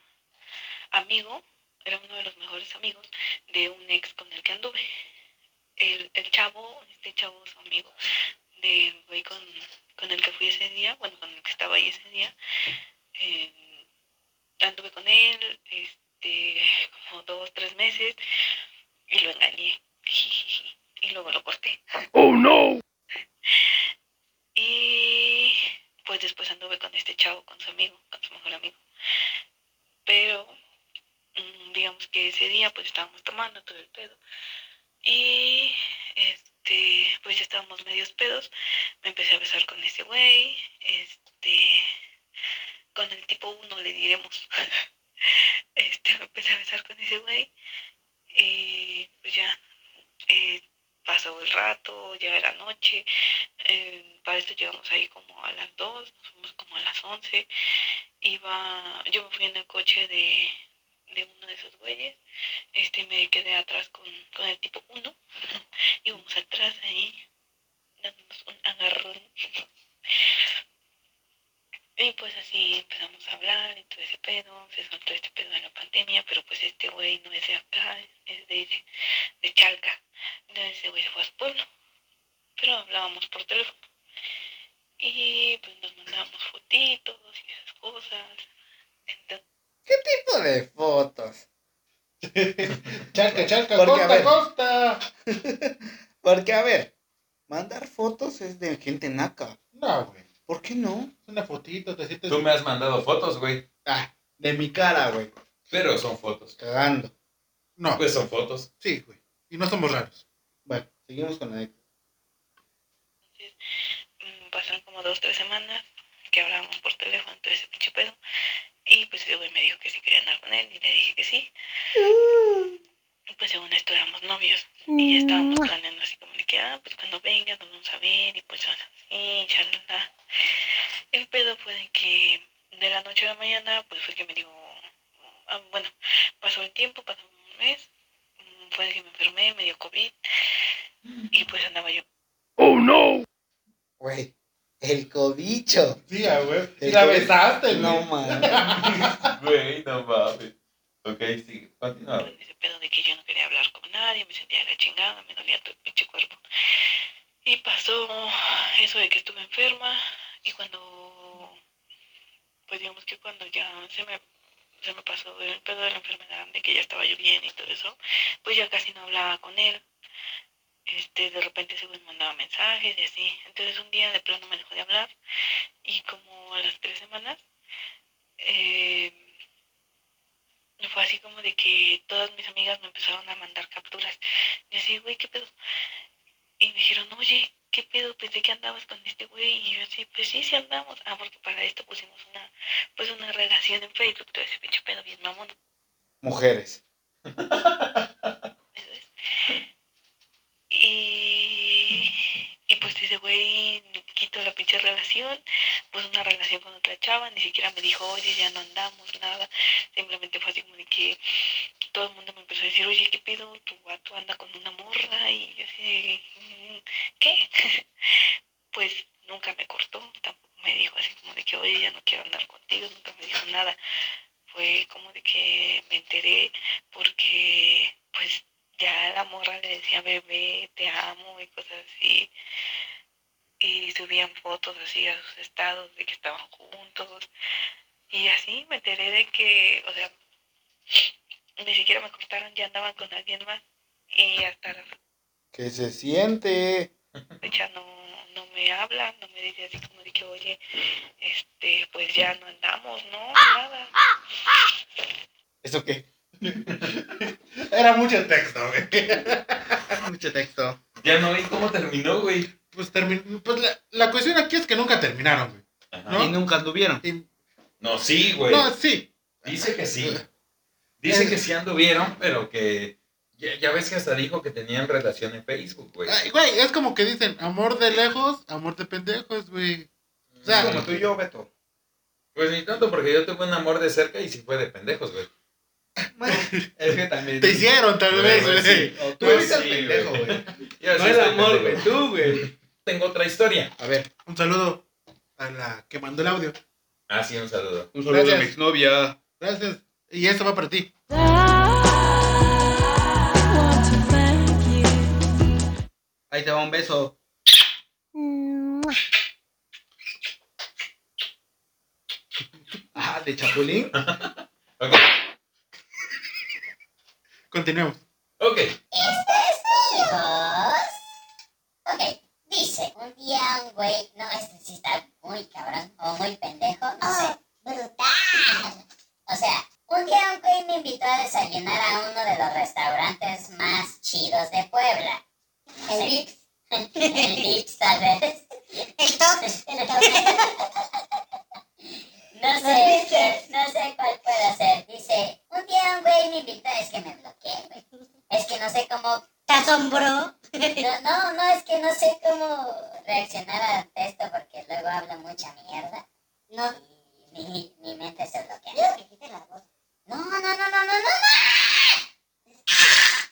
S9: amigo, era uno de los mejores amigos de un ex con el que anduve. El, el chavo, este chavo su amigo, del güey con, con el que fui ese día, bueno, con el que estaba ahí ese día, eh, anduve con él, este, como dos, tres meses, y lo engañé. Y luego lo corté. Oh no. Y pues después anduve con este chavo, con su amigo, con su mejor amigo. Pero mm, digamos que ese día pues estábamos tomando todo el pedo. Y este, pues ya estábamos medios pedos. Me empecé a besar con ese güey. Este, con el tipo uno le diremos. Este, me empecé a besar con ese güey. Y pues ya eh, pasó el rato, ya era noche. eh, para esto llegamos ahí como a las 2, nos fuimos como a las 11. Iba, yo me fui en el coche de, de uno de esos güeyes. Este, me quedé atrás con, con el tipo 1. Íbamos atrás ahí, dándonos un agarrón. Y pues así empezamos a hablar y todo ese pedo, se soltó este pedo de la pandemia, pero pues este güey no es de acá, es de, de Chalca. Entonces ese güey se fue a su pueblo, pero hablábamos por teléfono. Y pues nos mandábamos fotitos y esas cosas. Entonces,
S3: Tipo de fotos.
S4: Charca, charca,
S3: Porque, a
S4: costa,
S3: ver.
S4: costa.
S3: Porque, a ver, mandar fotos es de gente naca.
S4: No, güey.
S3: ¿Por qué no?
S4: Una fotito, te sientes.
S1: Tú me has mandado fotos, güey.
S3: Ah, de mi cara, güey.
S1: Pero son fotos.
S3: Cagando.
S4: No,
S1: Pues son fotos.
S4: sí, güey. Y no somos raros.
S3: Bueno, seguimos con la anécdota.
S9: Mm, pasaron como dos, tres semanas que hablábamos por teléfono, todo ese pinche pedo. Y pues ese güey me dijo que si quería andar con él y le dije que sí. Y pues según esto éramos novios y ya estábamos planeando así como de que, ah, pues cuando venga nos vamos a ver y pues así, charla. El pedo fue de que de la noche a la mañana pues fue que me dijo, ah, bueno, pasó el tiempo, pasó un mes, mm, fue de que me enfermé, me dio COVID y pues andaba yo
S3: Güey, el cobicho.
S4: Sí, ah, güey.
S3: El
S4: Y la
S3: COVID.
S4: besaste,
S3: No
S4: güey.
S3: mames.
S1: Güey, no mames. Ok, sí, continúa.
S9: Pues, ese pedo de que yo no quería hablar con nadie, me sentía de la chingada, me dolía todo el pinche cuerpo. Y pasó eso de que estuve enferma y cuando, pues digamos que cuando ya se me, se me pasó el pedo de la enfermedad, de que ya estaba yo bien y todo eso, pues ya casi no hablaba con él. Este, de repente se me mandaba mensajes y así. Entonces un día de plano me dejó de hablar y como a las tres semanas, eh, fue así como de que todas mis amigas me empezaron a mandar capturas. Y así, güey, ¿qué pedo? Y me dijeron, oye, ¿qué pedo? Pensé que andabas con este güey. Y yo así, pues sí, sí andamos. Ah, porque para esto pusimos una, pues una relación en Facebook, todo ese pinche pedo bien mamón.
S3: Mujeres.
S9: ¿sabes? Y, y pues ese güey quito la pinche relación, pues una relación con otra chava, ni siquiera me dijo, oye, ya no andamos, nada, simplemente fue así como de que todo el mundo me empezó a decir, oye, ¿qué pido? Tu vato anda con una morra y yo así, de, "Mm, ¿qué? pues nunca me cortó, tampoco me dijo así como de que, oye, ya no quiero andar contigo, nunca me dijo nada. Fue como de que me enteré porque pues ya la morra le decía bebé, te amo y cosas así. Y subían fotos así a sus estados de que estaban juntos. Y así me enteré de que, o sea, ni siquiera me cortaron, ya andaban con alguien más. Y hasta la
S3: Que se siente.
S9: fecha no, no me habla, no me dice así como de que, oye, este, pues ya no andamos, no, nada.
S3: ¿Eso qué?
S4: Era mucho texto, güey.
S3: Mucho texto.
S1: Ya no vi cómo terminó, güey.
S4: Pues, termin... pues la, la cuestión aquí es que nunca terminaron, güey.
S1: Ajá.
S4: ¿No?
S3: Y nunca anduvieron.
S4: Y-
S1: No, sí, güey.
S4: No, sí.
S1: Dice que sí. Dice que sí anduvieron, pero que. Ya, ya ves que hasta dijo que tenían relación en Facebook, güey.
S4: Ay, güey, es como que dicen, amor de lejos, amor de pendejos, güey. O sea,
S3: Como tú y yo, Beto.
S1: Pues ni tanto, porque yo tuve un amor de cerca y sí fue de pendejos, güey.
S3: Bueno, es que también.
S4: Te hicieron, tal
S1: Güey,
S4: vez,
S1: güey,
S4: güey.
S1: sí.
S3: O tú
S1: Pues
S3: eres el
S1: sí,
S3: pendejo,
S1: güey.
S3: güey.
S1: Yo sí
S3: No el
S1: estoy
S3: amor,
S1: pendejo.
S3: güey. Tú, güey.
S1: Tengo otra historia.
S3: A ver,
S4: Un saludo a la que mandó el audio.
S1: Ah, sí, un saludo.
S3: un
S4: saludo a mi
S3: exnovia.
S4: Gracias. Y eso va para ti.
S3: Ahí te va un beso. Ah, de Chapulín.
S1: Ok.
S4: Continuemos.
S1: Ok.
S7: Dios. Ok, dice, un día un güey, no, este sí está muy cabrón, o muy pendejo, no sé. ¡Brutal! O sea, un día un güey me invitó a desayunar a uno de los restaurantes más chidos de Puebla. El Vips. El Vips, tal vez.
S8: El toque.
S7: El Toc. No sé, no sé cuál puede ser. Dice, un día un güey me invitó, es que me bloqueé, güey. Es que no sé cómo
S8: ¿Te asombró?
S7: no, no, no, es que no sé cómo reaccionar ante esto porque luego hablo mucha mierda. No. Y mi, mi mente se bloquea. No, no, no, no, no, no, no.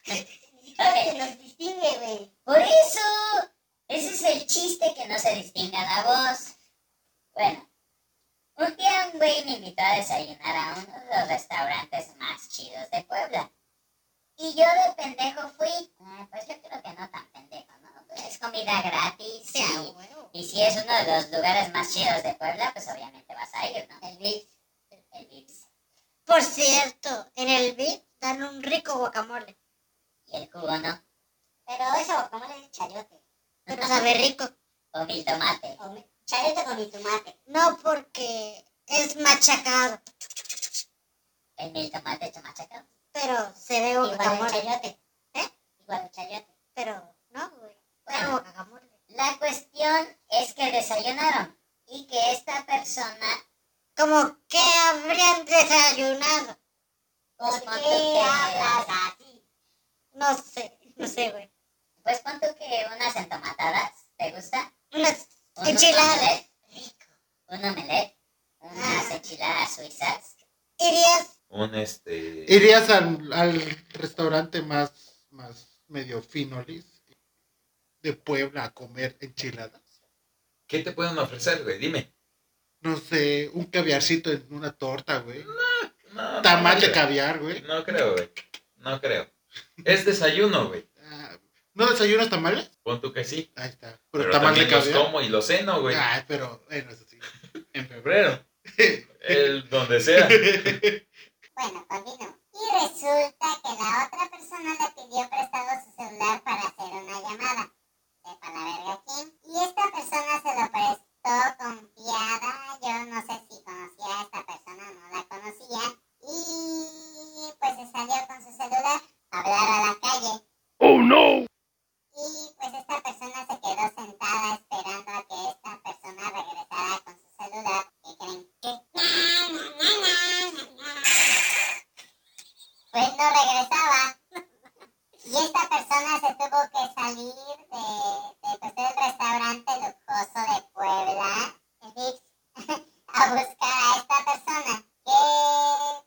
S8: Que nos distingue, güey.
S7: Por eso. Ese es el chiste que no se distinga la voz. Bueno. Un día un güey me invitó a desayunar a uno de los restaurantes más chidos de Puebla. Y yo de pendejo fui. Ah, pues yo creo que no tan pendejo, ¿no? Es comida gratis.
S8: Sí,
S7: y-
S8: a huevo.
S7: Y si es uno de los lugares más chidos de Puebla, pues obviamente vas a ir, ¿no? El Vips. El Vips.
S8: Por cierto, en el VIP dan un rico guacamole.
S7: Y el jugo no.
S8: Pero ese guacamole es chayote. Pero sabe rico.
S7: O mi tomate.
S8: Chayote con mi tomate. No, porque es machacado.
S7: el mil tomate chamachaca.
S8: Pero se ve
S7: Igual el
S8: guacamole.
S7: chayote.
S8: ¿Eh?
S7: Igual el chayote.
S8: Pero no, güey.
S7: Bueno,
S8: Bueno, guacamole.
S7: La cuestión es que desayunaron y que esta persona,
S8: Como que habrían desayunado.
S7: ¿por
S8: Pues
S7: qué
S8: ponte que-
S7: hablas así?
S8: No sé, no sé, güey.
S7: Pues pon tú que unas entomatadas, ¿te gusta?
S8: Unas
S7: Un
S8: enchiladas.
S7: omelette, Rico. Un omelette, unas enchiladas suizas.
S8: Irías
S1: Un este.
S4: Irías al, al restaurante más, más medio finolis de Puebla a comer enchiladas.
S1: ¿Qué te pueden ofrecer, güey? Dime.
S4: No sé, un caviarcito en una torta, güey.
S1: No, no,
S4: Tamal
S1: no
S4: de
S1: creo.
S4: caviar, güey.
S1: No creo, güey. No creo. Es desayuno, güey.
S4: Ah, ¿No desayunas tamales?
S1: Pon tú que sí.
S4: Ahí está. Pero,
S1: Pero,
S4: tamal de
S1: también los
S4: caviar.
S1: como y los ceno, güey.
S4: Ah, pero, bueno, eso sí.
S3: En febrero.
S1: El donde sea.
S7: Bueno, continúo. Y resulta que la otra persona le pidió prestado su celular para hacer una llamada. Sepa la verga quién. Y esta persona se lo prestó confiada. Yo no sé si conocía a esta persona o no la conocía. Y pues se salió con su celular a hablar a la calle. ¡Oh no! Y pues esta persona se quedó sentada esperando a que esta persona regresara con su celular. ¿Qué creen? Pues no regresaba. Y esta persona se tuvo que salir de, de, pues, del restaurante lujoso de Puebla, el Vips, a buscar a esta persona que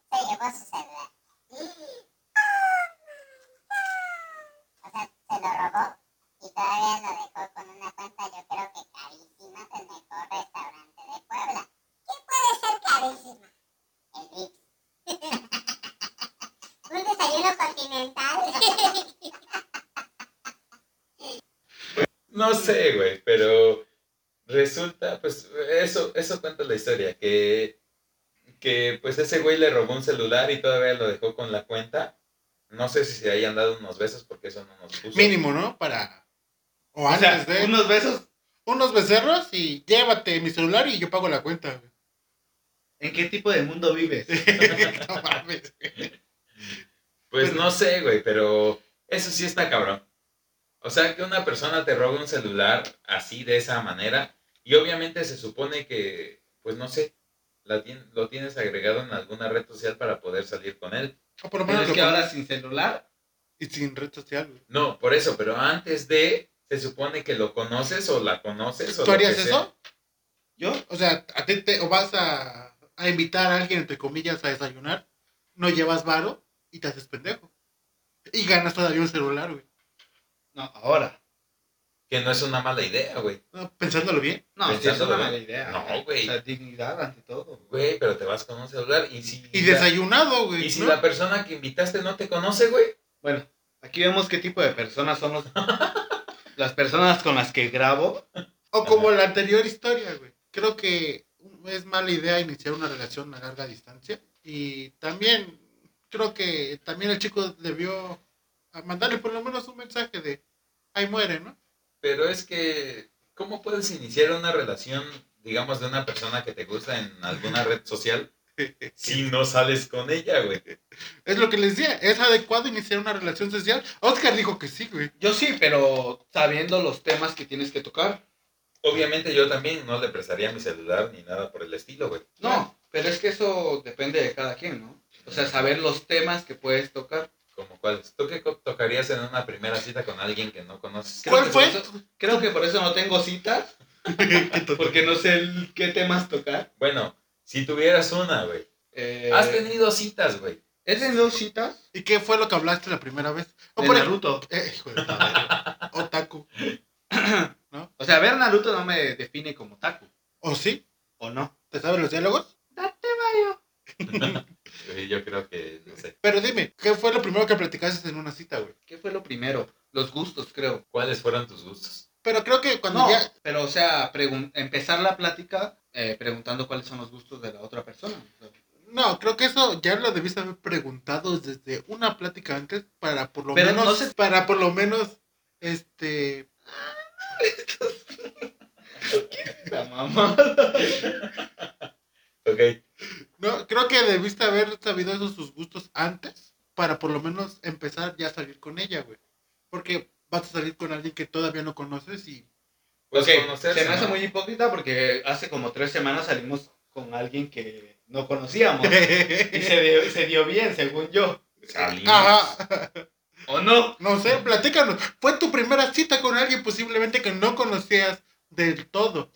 S7: se llevó su celular. O sea, se lo robó y todavía lo dejó con una cuenta, yo creo que carísima, del mejor restaurante de Puebla. ¿Qué puede ser carísima? El Vips. Un desayuno continental.
S1: No sé, güey, pero resulta, pues, eso, eso cuenta la historia, que, que pues ese güey le robó un celular y todavía lo dejó con la cuenta. No sé si se hayan dado unos besos porque eso no nos puso.
S4: Mínimo, ¿no? Para. O
S3: O
S4: antes
S3: sea,
S4: de.
S3: unos besos.
S4: Unos becerros y llévate mi celular y yo pago la cuenta, güey.
S3: ¿En qué tipo de mundo vives?
S4: No mames.
S1: Pues no sé, güey, pero eso sí está cabrón. O sea, que una persona te robe un celular así, de esa manera, y obviamente se supone que, pues no sé, la tien- lo tienes agregado en alguna red social para poder salir con él.
S4: O por lo
S3: Pero
S4: menos
S3: es
S4: lo
S3: que
S4: pagas
S3: ahora sin celular.
S4: Y sin red social, güey.
S1: No, por eso, pero antes de, se supone que lo conoces o la conoces. O
S4: ¿Tú
S1: lo que
S4: harías
S1: sea.
S4: eso?
S3: Yo,
S4: O sea, a ti te. O vas a, a invitar a alguien, entre comillas, a desayunar. No llevas varo y te haces pendejo. Y ganas todavía un celular, güey.
S3: no, ahora.
S1: Que no es una mala idea, güey.
S4: No, pensándolo bien.
S3: No, sí, Pues es
S1: Pensándolo,
S3: una
S1: ¿verdad?
S3: mala idea.
S1: No, güey.
S3: O sea, dignidad ante todo.
S1: Güey, pero te vas con un celular y si...
S4: Y desayunado, güey.
S1: y si
S4: ¿no?
S1: la persona que invitaste no te conoce, güey.
S3: Bueno, aquí vemos qué tipo de personas son los- las personas con las que grabo.
S4: O como la anterior historia, güey. Creo que es mala idea iniciar una relación a larga distancia. Y también, creo que también el chico debió a mandarle por lo menos un mensaje de ahí muere, ¿no?
S1: Pero es que, ¿cómo puedes iniciar una relación, digamos, de una persona que te gusta en alguna red social si no sales con ella, güey?
S4: Es lo que les decía, ¿es adecuado iniciar una relación social? Oscar dijo que sí, güey.
S3: Yo sí, pero sabiendo los temas que tienes que tocar.
S1: Obviamente yo también no le prestaría mi celular ni nada por el estilo, güey.
S3: No, pero es que eso depende de cada quien, ¿no? O sea, saber los temas que puedes tocar.
S1: Como cuáles. ¿Tú qué co- tocarías en una primera cita con alguien que no conoces?
S3: Creo
S4: ¿Cuál
S3: que
S4: fue?
S3: por eso- creo que por eso no tengo citas, porque no sé el- qué temas tocar.
S1: Bueno, si tuvieras una, güey.
S3: Eh,
S1: Has tenido citas, güey.
S3: ¿He tenido citas?
S4: ¿Y qué fue lo que hablaste la primera vez? O
S3: De
S4: por ej-
S3: Naruto.
S4: Eh, hijo de la madre. Otaku.
S3: O sea, ver Naruto no me define como taco,
S4: ¿O sí?
S3: ¿o no?
S4: ¿Te sabes los diálogos?
S1: Sí, Eh, Yo creo que, no sé.
S4: Pero dime, ¿qué fue lo primero que platicaste en una cita, güey?
S3: ¿Qué fue lo primero? Los gustos, creo.
S1: ¿Cuáles fueron tus gustos?
S4: Pero creo que cuando
S3: no,
S4: ya...
S3: pero o sea, pregun- empezar la plática eh, preguntando cuáles son los gustos de la otra persona. O sea,
S4: No, creo que eso ya lo debiste haber preguntado desde una plática antes para por lo
S3: Pero
S4: menos
S3: no se-
S4: para por lo menos este
S3: Pues la mamá.
S1: Ok.
S4: No, creo que debiste haber sabido esos sus gustos antes para por lo menos empezar ya a salir con ella, güey. Porque vas a salir con alguien que todavía no conoces y
S1: Pues
S3: Ok,
S1: conocerse,
S3: se me hace
S1: ¿no?
S3: muy hipócrita porque hace como tres semanas salimos con alguien que no conocíamos. y se dio, se dio bien, según yo.
S1: Salimos.
S4: Ajá.
S3: ¿O no?
S4: No sé, platícanos. Fue tu primera cita con alguien posiblemente que no conocías del todo.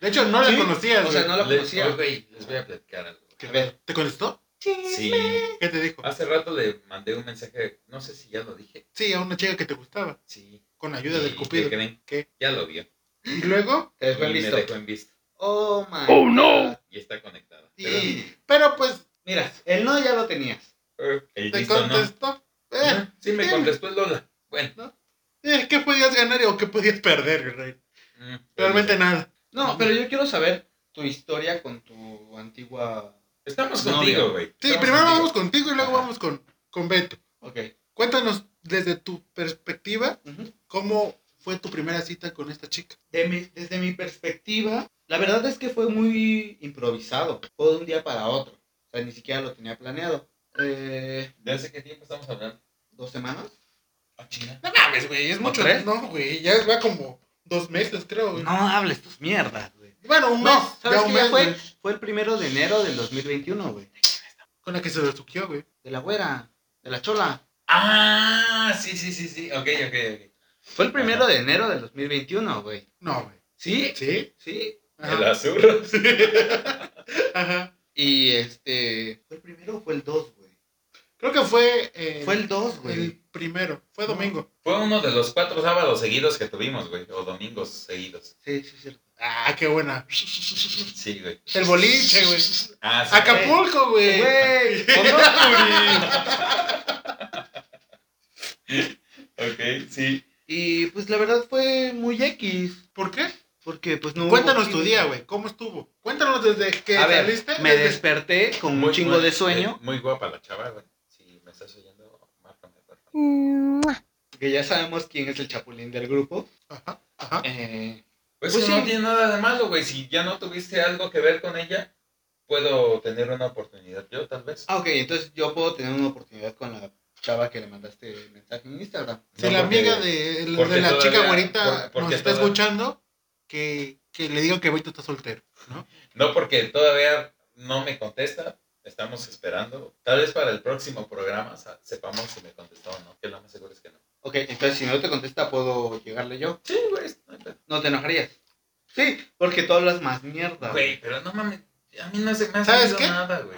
S4: De hecho, no la
S3: Sí,
S4: conocías.
S3: O sea,
S4: güey.
S3: no la
S1: Le-
S3: conocía.
S1: Oye, les voy a platicar algo.
S3: A ver.
S4: ¿Te contestó?
S1: Sí.
S4: ¿Qué te
S3: Ah.
S4: dijo?
S1: Hace rato le mandé un mensaje, no sé si ya lo dije.
S4: Sí, a una chica que te gustaba,
S1: Sí.
S4: con ayuda
S1: ¿Y
S4: del
S1: qué
S4: cupido.
S1: creen?
S4: ¿Qué?
S1: Ya lo vio.
S4: Y luego,
S3: Te dejó
S1: y
S3: en
S1: me
S3: visto.
S1: dejó en vista.
S3: Oh, my.
S6: Oh, no.
S3: God.
S1: Y está conectada.
S4: y, pero pues,
S3: Mira, el no ya lo tenías.
S1: Pero, eh, el
S4: te
S1: visto no.
S4: contestó. Eh,
S1: Ajá, Sí, me
S4: eh.
S1: contestó el Lola. Bueno.
S4: eh, ¿Qué podías ganar y- o qué podías perder, güey?
S1: mm,
S4: Realmente
S1: bueno.
S4: nada.
S3: No, pero yo quiero saber tu historia con tu antigua.
S1: Estamos
S3: No,
S1: contigo,
S3: digo.
S1: güey.
S4: Sí,
S1: Estamos
S4: primero
S1: contigo.
S4: vamos contigo y luego
S1: Ajá.
S4: vamos con, con Beto.
S3: Ok.
S4: Cuéntanos desde tu perspectiva,
S3: Ujú.
S4: ¿cómo fue tu primera cita con esta chica?
S3: De mi- desde mi perspectiva, la verdad es que fue muy improvisado. Fue de un día para otro. O sea, ni siquiera lo tenía planeado. Eh,
S1: ¿De hace qué tiempo estamos hablando?
S3: ¿Dos semanas?
S1: Ah, chinga.
S4: No mames, güey, es
S3: ¿O
S4: mucho.
S3: tres?
S4: No, güey, ya va como dos meses, creo. güey.
S3: hables tus mierdas, güey.
S4: Bueno, un mes.
S3: No, ¿sabes
S4: ya
S3: qué?
S4: un
S3: Ya
S4: mes,
S3: fue,
S4: güey,
S3: fue el primero de enero del 2021, güey.
S4: Con la que se besuqueó, güey.
S3: De la güera, de la chola.
S1: Ah, sí, sí, sí, sí. Ok, ok, ok.
S3: Fue el primero de enero del 2021, güey.
S4: No, güey.
S3: ¿Sí?
S4: ¿Sí?
S3: Sí.
S1: El
S4: Ajá.
S1: azul.
S4: Ajá.
S3: Y este... ¿Fue el primero o fue el dos, güey?
S4: Creo que fue. eh,
S3: Fue el dos, güey.
S4: El primero. Fue
S3: No.
S4: domingo.
S1: Fue uno de los cuatro sábados seguidos que tuvimos, güey. O domingos seguidos.
S3: Sí, sí, cierto.
S4: Ah, qué buena.
S1: Sí, güey.
S4: El boliche, güey.
S1: Ah, sí.
S4: Acapulco, güey.
S3: ¡Güey!
S1: Ok, sí.
S3: y pues la verdad fue muy X.
S4: ¿Por qué?
S3: Porque pues no... hubo
S4: Cuéntanos tu
S3: química.
S4: día, güey. ¿Cómo estuvo? Cuéntanos desde que
S3: A ver,
S4: saliste.
S3: me
S4: desde-
S3: desperté con un
S1: Muy-
S3: chingo
S1: muy-
S3: de sueño.
S1: eh, muy guapa la chava, güey. Si me estás oyendo, márcame, por favor.
S3: Que ya sabemos quién es el chapulín del grupo.
S4: Ajá, ajá.
S3: Eh,
S1: Pues,
S3: Pues
S1: que no
S3: sí.
S1: tiene nada de malo, güey. Si ya no tuviste algo que ver con ella, puedo tener una oportunidad yo, tal vez.
S3: ah, ok. Entonces yo puedo tener una oportunidad con la chava que le mandaste mensaje en Instagram.
S4: Si la amiga de, el-
S1: porque
S4: de la chica
S1: todavía-
S4: güerita
S1: por- porque
S4: nos está
S1: toda-
S4: escuchando, que, que le digan que Beto está soltero.
S1: No, porque todavía no me contesta. Estamos esperando. Tal vez para el próximo programa sa- sepamos si me contestó o no. Que lo más seguro es que no.
S3: Ok, entonces si no te contesta, puedo llegarle yo.
S1: Sí, güey. no hay pedo.
S3: No te enojarías. Sí, porque tú hablas más mierda.
S1: Güey, pero no mames. A mí no se me ha
S4: ¿Sabes
S1: salido
S4: qué?
S1: nada, güey.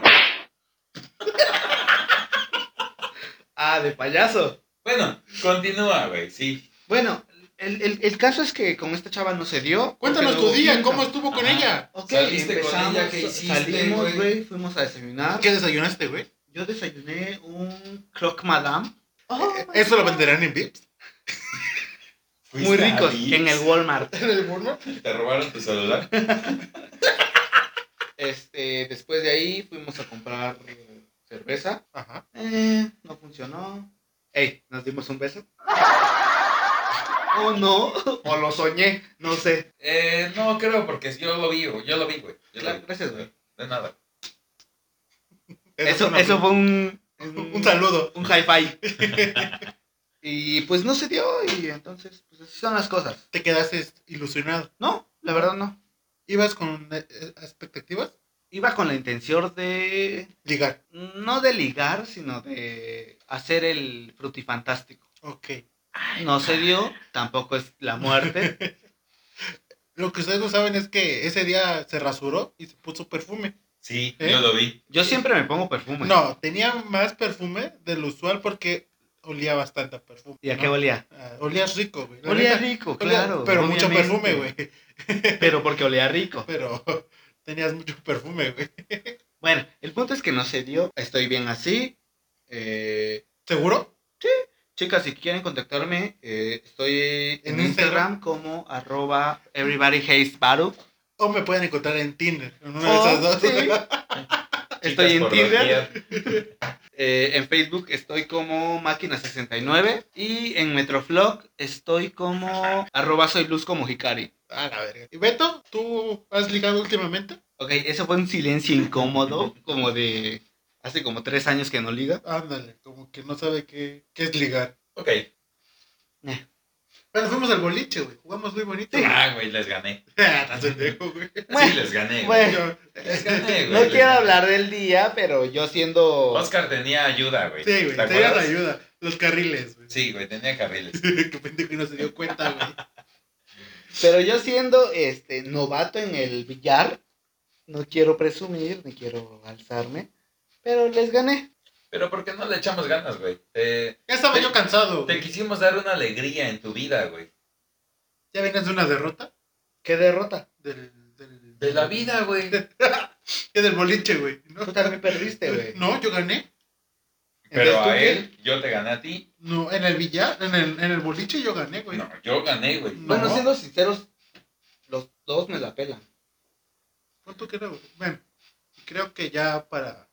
S3: Ah, de payaso.
S1: Bueno, continúa, güey. Sí.
S3: Bueno, el, el- el caso es que con esta chava no se dio.
S4: Cuéntanos
S3: porque
S4: tu
S3: no hubo
S4: día,
S3: química.
S4: ¿cómo estuvo con
S1: Ajá.
S4: ella?
S3: Ok,
S1: Saliste con
S3: empezamos,
S1: ella, ¿qué hiciste,
S3: salimos,
S1: güey?
S3: güey, fuimos a desayunar.
S4: ¿Qué desayunaste, güey?
S3: Yo desayuné un croque madame. Eh,
S4: ¿Eso lo venderán en Vips?
S3: Muy
S1: Fuiste a
S3: rico,
S1: Vips,
S3: en el Walmart.
S4: ¿En el Walmart?
S1: Te robaron tu celular.
S3: Este, después de ahí fuimos a comprar eh, cerveza.
S4: Ajá.
S3: Eh, no funcionó. Ey, nos dimos un beso. O no, o lo soñé, no sé.
S1: Eh, no creo, porque yo lo vi, güey, yo lo vi, güey. Yo lo
S3: Claro,
S1: vi.
S3: gracias, güey.
S1: De nada.
S3: Eso,
S4: fue
S3: eso
S4: una-
S3: fue un,
S4: Un saludo.
S3: un hi-fi. y pues no se dio y entonces, pues así son las cosas.
S4: ¿Te quedaste ilusionado?
S3: No, la verdad no.
S4: ¿Ibas con eh, eh, expectativas?
S3: Iba con la intención de,
S4: Ligar.
S3: no de ligar, sino de hacer el frutifantástico.
S4: Ok.
S3: No se dio, tampoco es la muerte.
S4: Lo que ustedes no saben es que ese día se rasuró y se puso perfume.
S1: Sí,
S4: ¿Eh?
S1: yo lo vi.
S3: Yo siempre me pongo perfume.
S4: No, tenía más perfume del usual porque olía bastante a perfume.
S3: ¿Y a
S4: ¿no?
S3: qué olía?
S4: Ah, olías rico, güey. La
S3: Olía
S4: neta,
S3: rico,
S4: olía-
S3: claro.
S4: Pero mucho
S3: obviamente.
S4: perfume, güey.
S3: Pero porque olía rico.
S4: Pero tenías mucho perfume, güey.
S3: Bueno, el punto es que no se dio. Estoy bien así. Eh,
S4: ¿Seguro?
S3: chicas, si quieren contactarme, eh, estoy en,
S4: ¿En Instagram?
S3: Instagram como arroba everybodyhatesbaru.
S4: O me pueden encontrar en Tinder, en una de
S3: O-
S4: esas dos.
S3: Oh, sí. Estoy
S1: Chicas
S3: en
S1: por
S3: Tinder.
S1: doquier.
S3: Eh, en Facebook estoy como máquina69. Y en Metroflog estoy como arroba soy luz como Hikari.
S4: A la verga. ¿Y Beto, tú has ligado últimamente?
S3: Ok, eso fue un silencio incómodo, como de hace como tres años que no liga.
S4: Ándale, como que no sabe qué, qué es ligar.
S1: Ok.
S4: Bueno, fuimos al boliche, güey. Jugamos muy bonito.
S1: Ah, güey, les gané.
S4: Estás pendejo, güey.
S1: Sí, les gané. güey.
S3: Bueno,
S4: Yo-
S1: Les gané, güey.
S3: no
S1: les
S3: quiero
S1: gané.
S3: hablar del día, pero yo siendo...
S1: Oscar tenía ayuda, güey.
S4: Sí, güey,
S1: ¿Te
S4: te dieron
S1: acuerdas?
S4: ayuda. Los carriles, güey.
S1: Sí, güey, tenía carriles.
S4: que pendejo y no se dio cuenta, güey.
S3: Pero yo siendo este novato en el billar, no quiero presumir, ni quiero alzarme, pero les gané.
S1: Pero ¿por qué no le echamos ganas, güey? Te,
S4: Ya estaba yo cansado,
S1: te
S4: güey.
S1: quisimos dar una alegría en tu vida, güey.
S4: ¿Ya vienes de una derrota?
S3: Qué derrota.
S4: Del, del,
S1: De la vida, güey.
S4: Ya del boliche, güey. ¿no?
S3: Tú también perdiste, güey.
S4: No, yo gané.
S1: Pero
S3: Entonces, ¿tú
S1: a
S3: qué?
S1: él, yo te gané a ti.
S4: No, en el billar, en el, en el boliche yo gané, güey.
S1: No, yo gané, güey.
S4: No.
S3: Bueno, siendo sinceros, los dos me la pelan.
S4: ¿Cuánto queda, güey? Bueno, creo que ya para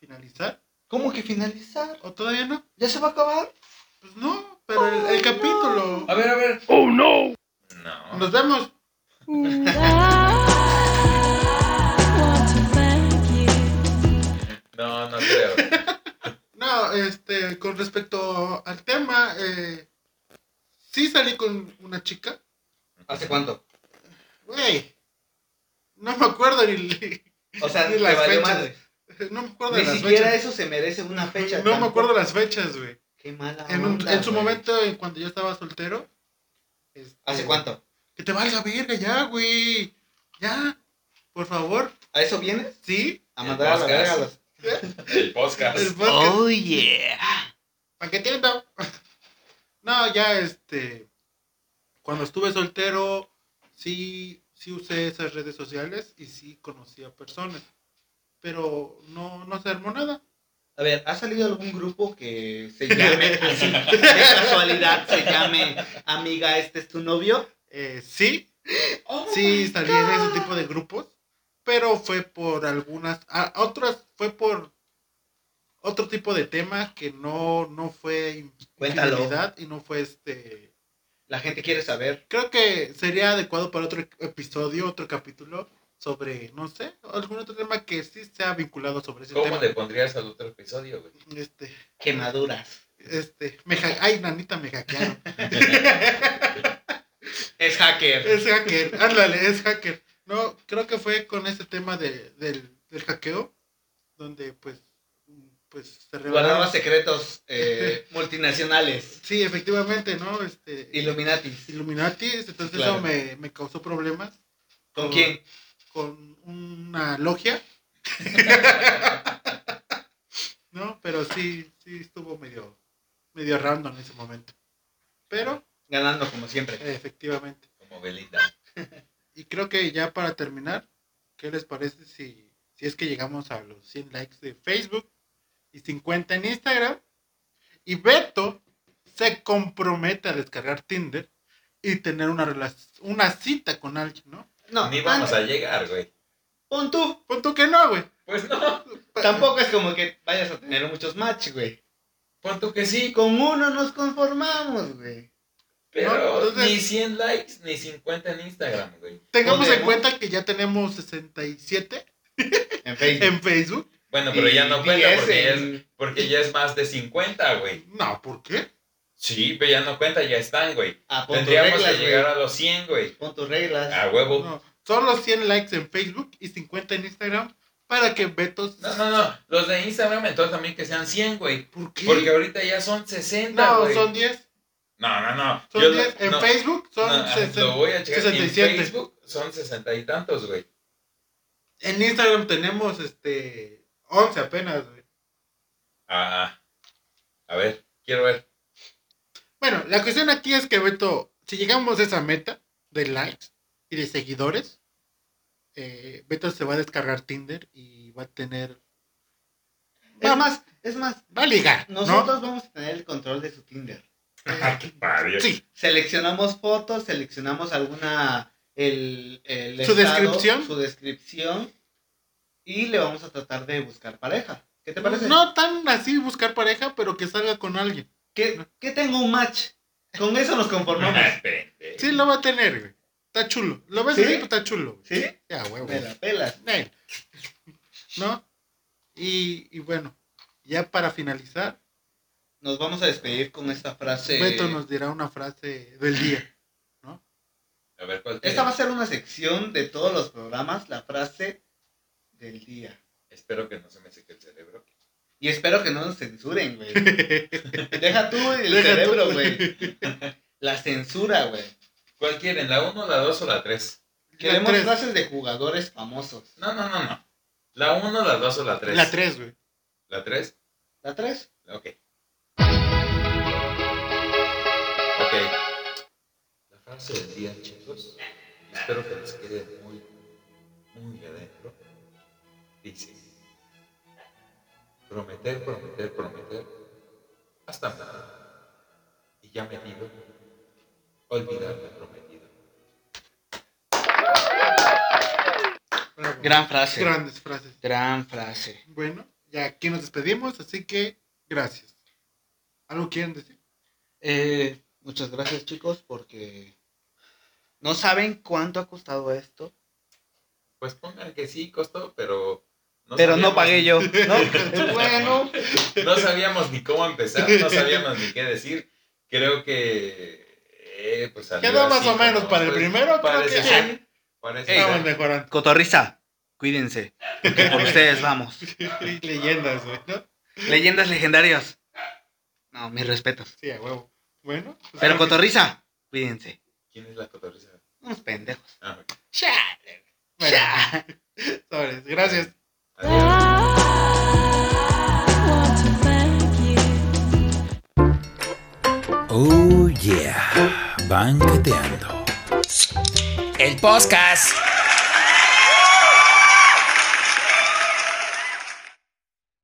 S4: finalizar.
S3: ¿Cómo que finalizar?
S4: ¿O todavía no?
S3: ¿Ya se va a acabar?
S4: Pues no, pero el, el capítulo.
S1: A ver, a ver.
S6: ¡Oh, no!
S1: No.
S4: Nos vemos.
S1: No, no creo.
S4: No, este, con respecto al tema, eh, sí salí con una chica.
S3: ¿Hace cuánto?
S4: Güey, no me acuerdo ni, ni-
S3: O sea,
S4: Ni
S3: te
S4: las
S3: valió
S4: fechas.
S3: madre.
S4: no me acuerdo
S3: Ni
S4: de las
S3: siquiera
S4: fechas.
S3: eso se merece una fecha.
S4: no me
S3: tampoco.
S4: acuerdo las fechas, güey.
S3: Qué mala.
S4: En, un-
S3: onda,
S4: en su
S3: güey.
S4: momento, en cuando yo estaba soltero. este,
S3: ¿Hace cuánto?
S4: Que te valga verga ya, güey. Ya, por favor.
S3: ¿A eso vienes?
S4: Sí,
S3: A
S1: El
S3: mandar a la
S1: podcast.
S3: verga a los-
S1: El podcast.
S4: el podcast.
S2: yeah.
S4: Pa' que entiendo. No, ya este. Cuando estuve soltero, sí, sí usé esas redes sociales y sí conocí a personas. Pero no, no se armó nada.
S3: A ver, ¿ha salido algún grupo que se llame así? De casualidad se llame Amiga, este es tu novio.
S4: Eh, sí,
S3: Oh.
S4: sí salí de ese tipo de grupos. Pero fue por algunas. a- otras fue por otro tipo de temas que no, no fue
S3: Cuéntalo.
S4: infidelidad y no fue este.
S3: La gente quiere saber.
S4: creo que sería adecuado para otro episodio, otro capítulo sobre, no sé, algún otro tema que sí sea vinculado sobre ese
S1: ¿Cómo
S4: tema.
S1: le pondrías al otro episodio, güey?
S4: Este,
S3: Quemaduras.
S4: este, me ha- ay, nanita, me hackearon.
S3: Es hacker.
S4: es hacker, ándale, es hacker. No, creo que fue con ese tema de, del, del hackeo, donde pues, pues se
S3: Guardaba
S4: revelaron.
S3: secretos eh, multinacionales.
S4: Sí, efectivamente, ¿no? Este,
S3: Illuminatis.
S4: Illuminati, entonces
S3: Claro.
S4: eso me, me causó problemas.
S3: ¿Con quién?
S4: con una logia. no, pero sí, sí estuvo medio, medio random en ese momento. Pero,
S3: Ganando como siempre.
S4: eh, efectivamente.
S1: Como Belinda.
S4: Y creo que ya para terminar, ¿qué les parece si, si es que llegamos a los 100 likes de Facebook y 50 en Instagram? Y Beto se compromete a descargar Tinder y tener una, relac- una cita con alguien, ¿no?
S3: No,
S1: Ni vamos
S3: antes,
S1: a llegar, güey.
S3: pon tú.
S4: Pon tú que no, güey.
S1: Pues no.
S3: Tampoco es como que vayas a tener muchos match, güey.
S1: Pon tú que sí.
S3: Con uno nos conformamos, güey.
S1: Pero
S4: No, entonces-
S1: ni 100 likes, ni 50 en Instagram, güey.
S4: Tengamos en
S3: Podemos.
S4: cuenta que ya tenemos 67
S3: En Facebook.
S4: en Facebook.
S1: Bueno, pero ya no
S3: Y
S1: cuenta
S3: 10
S1: porque ya, es,
S3: en-
S1: porque ya es más de 50, güey.
S4: No, ¿por qué?
S1: Sí, pero ya no cuenta, ya están, güey.
S3: Ah, pon tus
S1: Tendríamos
S3: reglas,
S1: que llegar
S3: güey.
S1: a los 100, güey.
S3: Pon tus reglas.
S1: A huevo.
S4: No, solo 100 likes en Facebook y 50 en Instagram para que Beto...
S1: No, no, no. Los de Instagram, entonces también que sean 100, güey.
S4: ¿Por qué?
S1: Porque ahorita ya son 60,
S4: no,
S1: güey.
S4: son 10.
S1: No, no, no.
S4: Son
S1: Yo lo-
S4: 10. En
S1: no,
S4: Facebook son
S1: no, ah,
S4: 60.
S1: Lo voy a checar.
S4: 67.
S1: En Facebook son 60 y tantos, güey.
S4: En Instagram tenemos este 11 apenas, güey.
S1: Ah, ah. A ver, quiero ver.
S4: Bueno, la cuestión aquí es que Beto, si llegamos a esa meta de likes y de seguidores, eh, Beto se va a descargar Tinder y va a tener...
S3: Es más, es más,
S4: Va a ligar,
S3: Eh, nosotros vamos a tener el control de su Tinder.
S4: ¿no? Sí.
S3: Seleccionamos fotos, seleccionamos alguna el, el
S4: Su descripción.
S3: su descripción y le vamos a tratar de buscar pareja. ¿Qué te parece?
S4: No tan así buscar pareja, pero que salga con alguien.
S3: ¿Qué, qué tengo un match? Con eso nos conformamos.
S1: Espérate.
S4: Sí, lo va a tener, güey. Está chulo. Lo ves
S3: ¿Sí?
S4: así, pero está chulo. güey.
S3: ¿Sí?
S4: Ya, huevo.
S3: Me la pelas.
S4: Nel. ¿No? Y, y bueno, ya para finalizar,
S3: Nos vamos a despedir con esta frase.
S4: Beto nos dirá una frase del día.
S1: A ver, ¿cuál
S3: Esta va a
S1: tienes?
S3: ser una sección de todos los programas, la frase del día.
S1: Espero que no se me seque el cerebro.
S3: Y espero que no nos censuren, güey. Deja tú el
S4: Deja tú,
S3: cerebro,
S4: güey.
S3: güey. La censura, güey.
S1: ¿Cuál quieren? ¿La 1, la 2 o la 3?
S3: Queremos
S4: tres.
S3: frases de jugadores famosos.
S1: No, no, no, no. ¿La 1, la 2 o la 3?
S4: La 3, güey.
S1: ¿La 3?
S3: ¿La tres?
S1: Ok. Ok. La frase del día, chicos. Espero que les quede muy, muy adentro. Dice: Prometer, prometer, prometer. Hasta mañana. Y ya me digo: Olvidar lo prometido.
S4: Bravo.
S3: Gran frase. Gran,
S4: Grandes frases.
S3: frase.
S4: Bueno, ya aquí nos despedimos, así que gracias. ¿Algo quieren decir?
S3: Eh, muchas gracias, chicos, porque no saben cuánto ha costado esto.
S1: Pues pongan que sí costó, pero.
S3: pero
S1: sabíamos-
S3: no pagué yo. No, bueno.
S1: No sabíamos ni cómo empezar, no sabíamos ni qué decir. Creo que. eh, pues salió
S4: Quedó más
S1: así
S4: o menos
S1: como,
S4: para el
S1: pues,
S4: primero, creo
S1: parece
S4: que
S1: ser,
S4: sí.
S1: parece
S4: Estamos
S1: ser.
S4: mejorando.
S3: Cotorriza, cuídense. porque por ustedes vamos.
S4: Leyendas, güey, ¿no?
S3: Leyendas legendarias. No, mis respetos.
S4: Sí, a huevo. Bueno, pues, ahora
S3: Pero
S4: sí.
S3: Cotorriza, cuídense.
S1: ¿Quién es la cotorriza?
S3: Unos pendejos.
S1: Ah, ok.
S4: Bueno, sobres. Gracias.
S1: Adiós.
S2: Oh yeah, banqueteando. El podcast.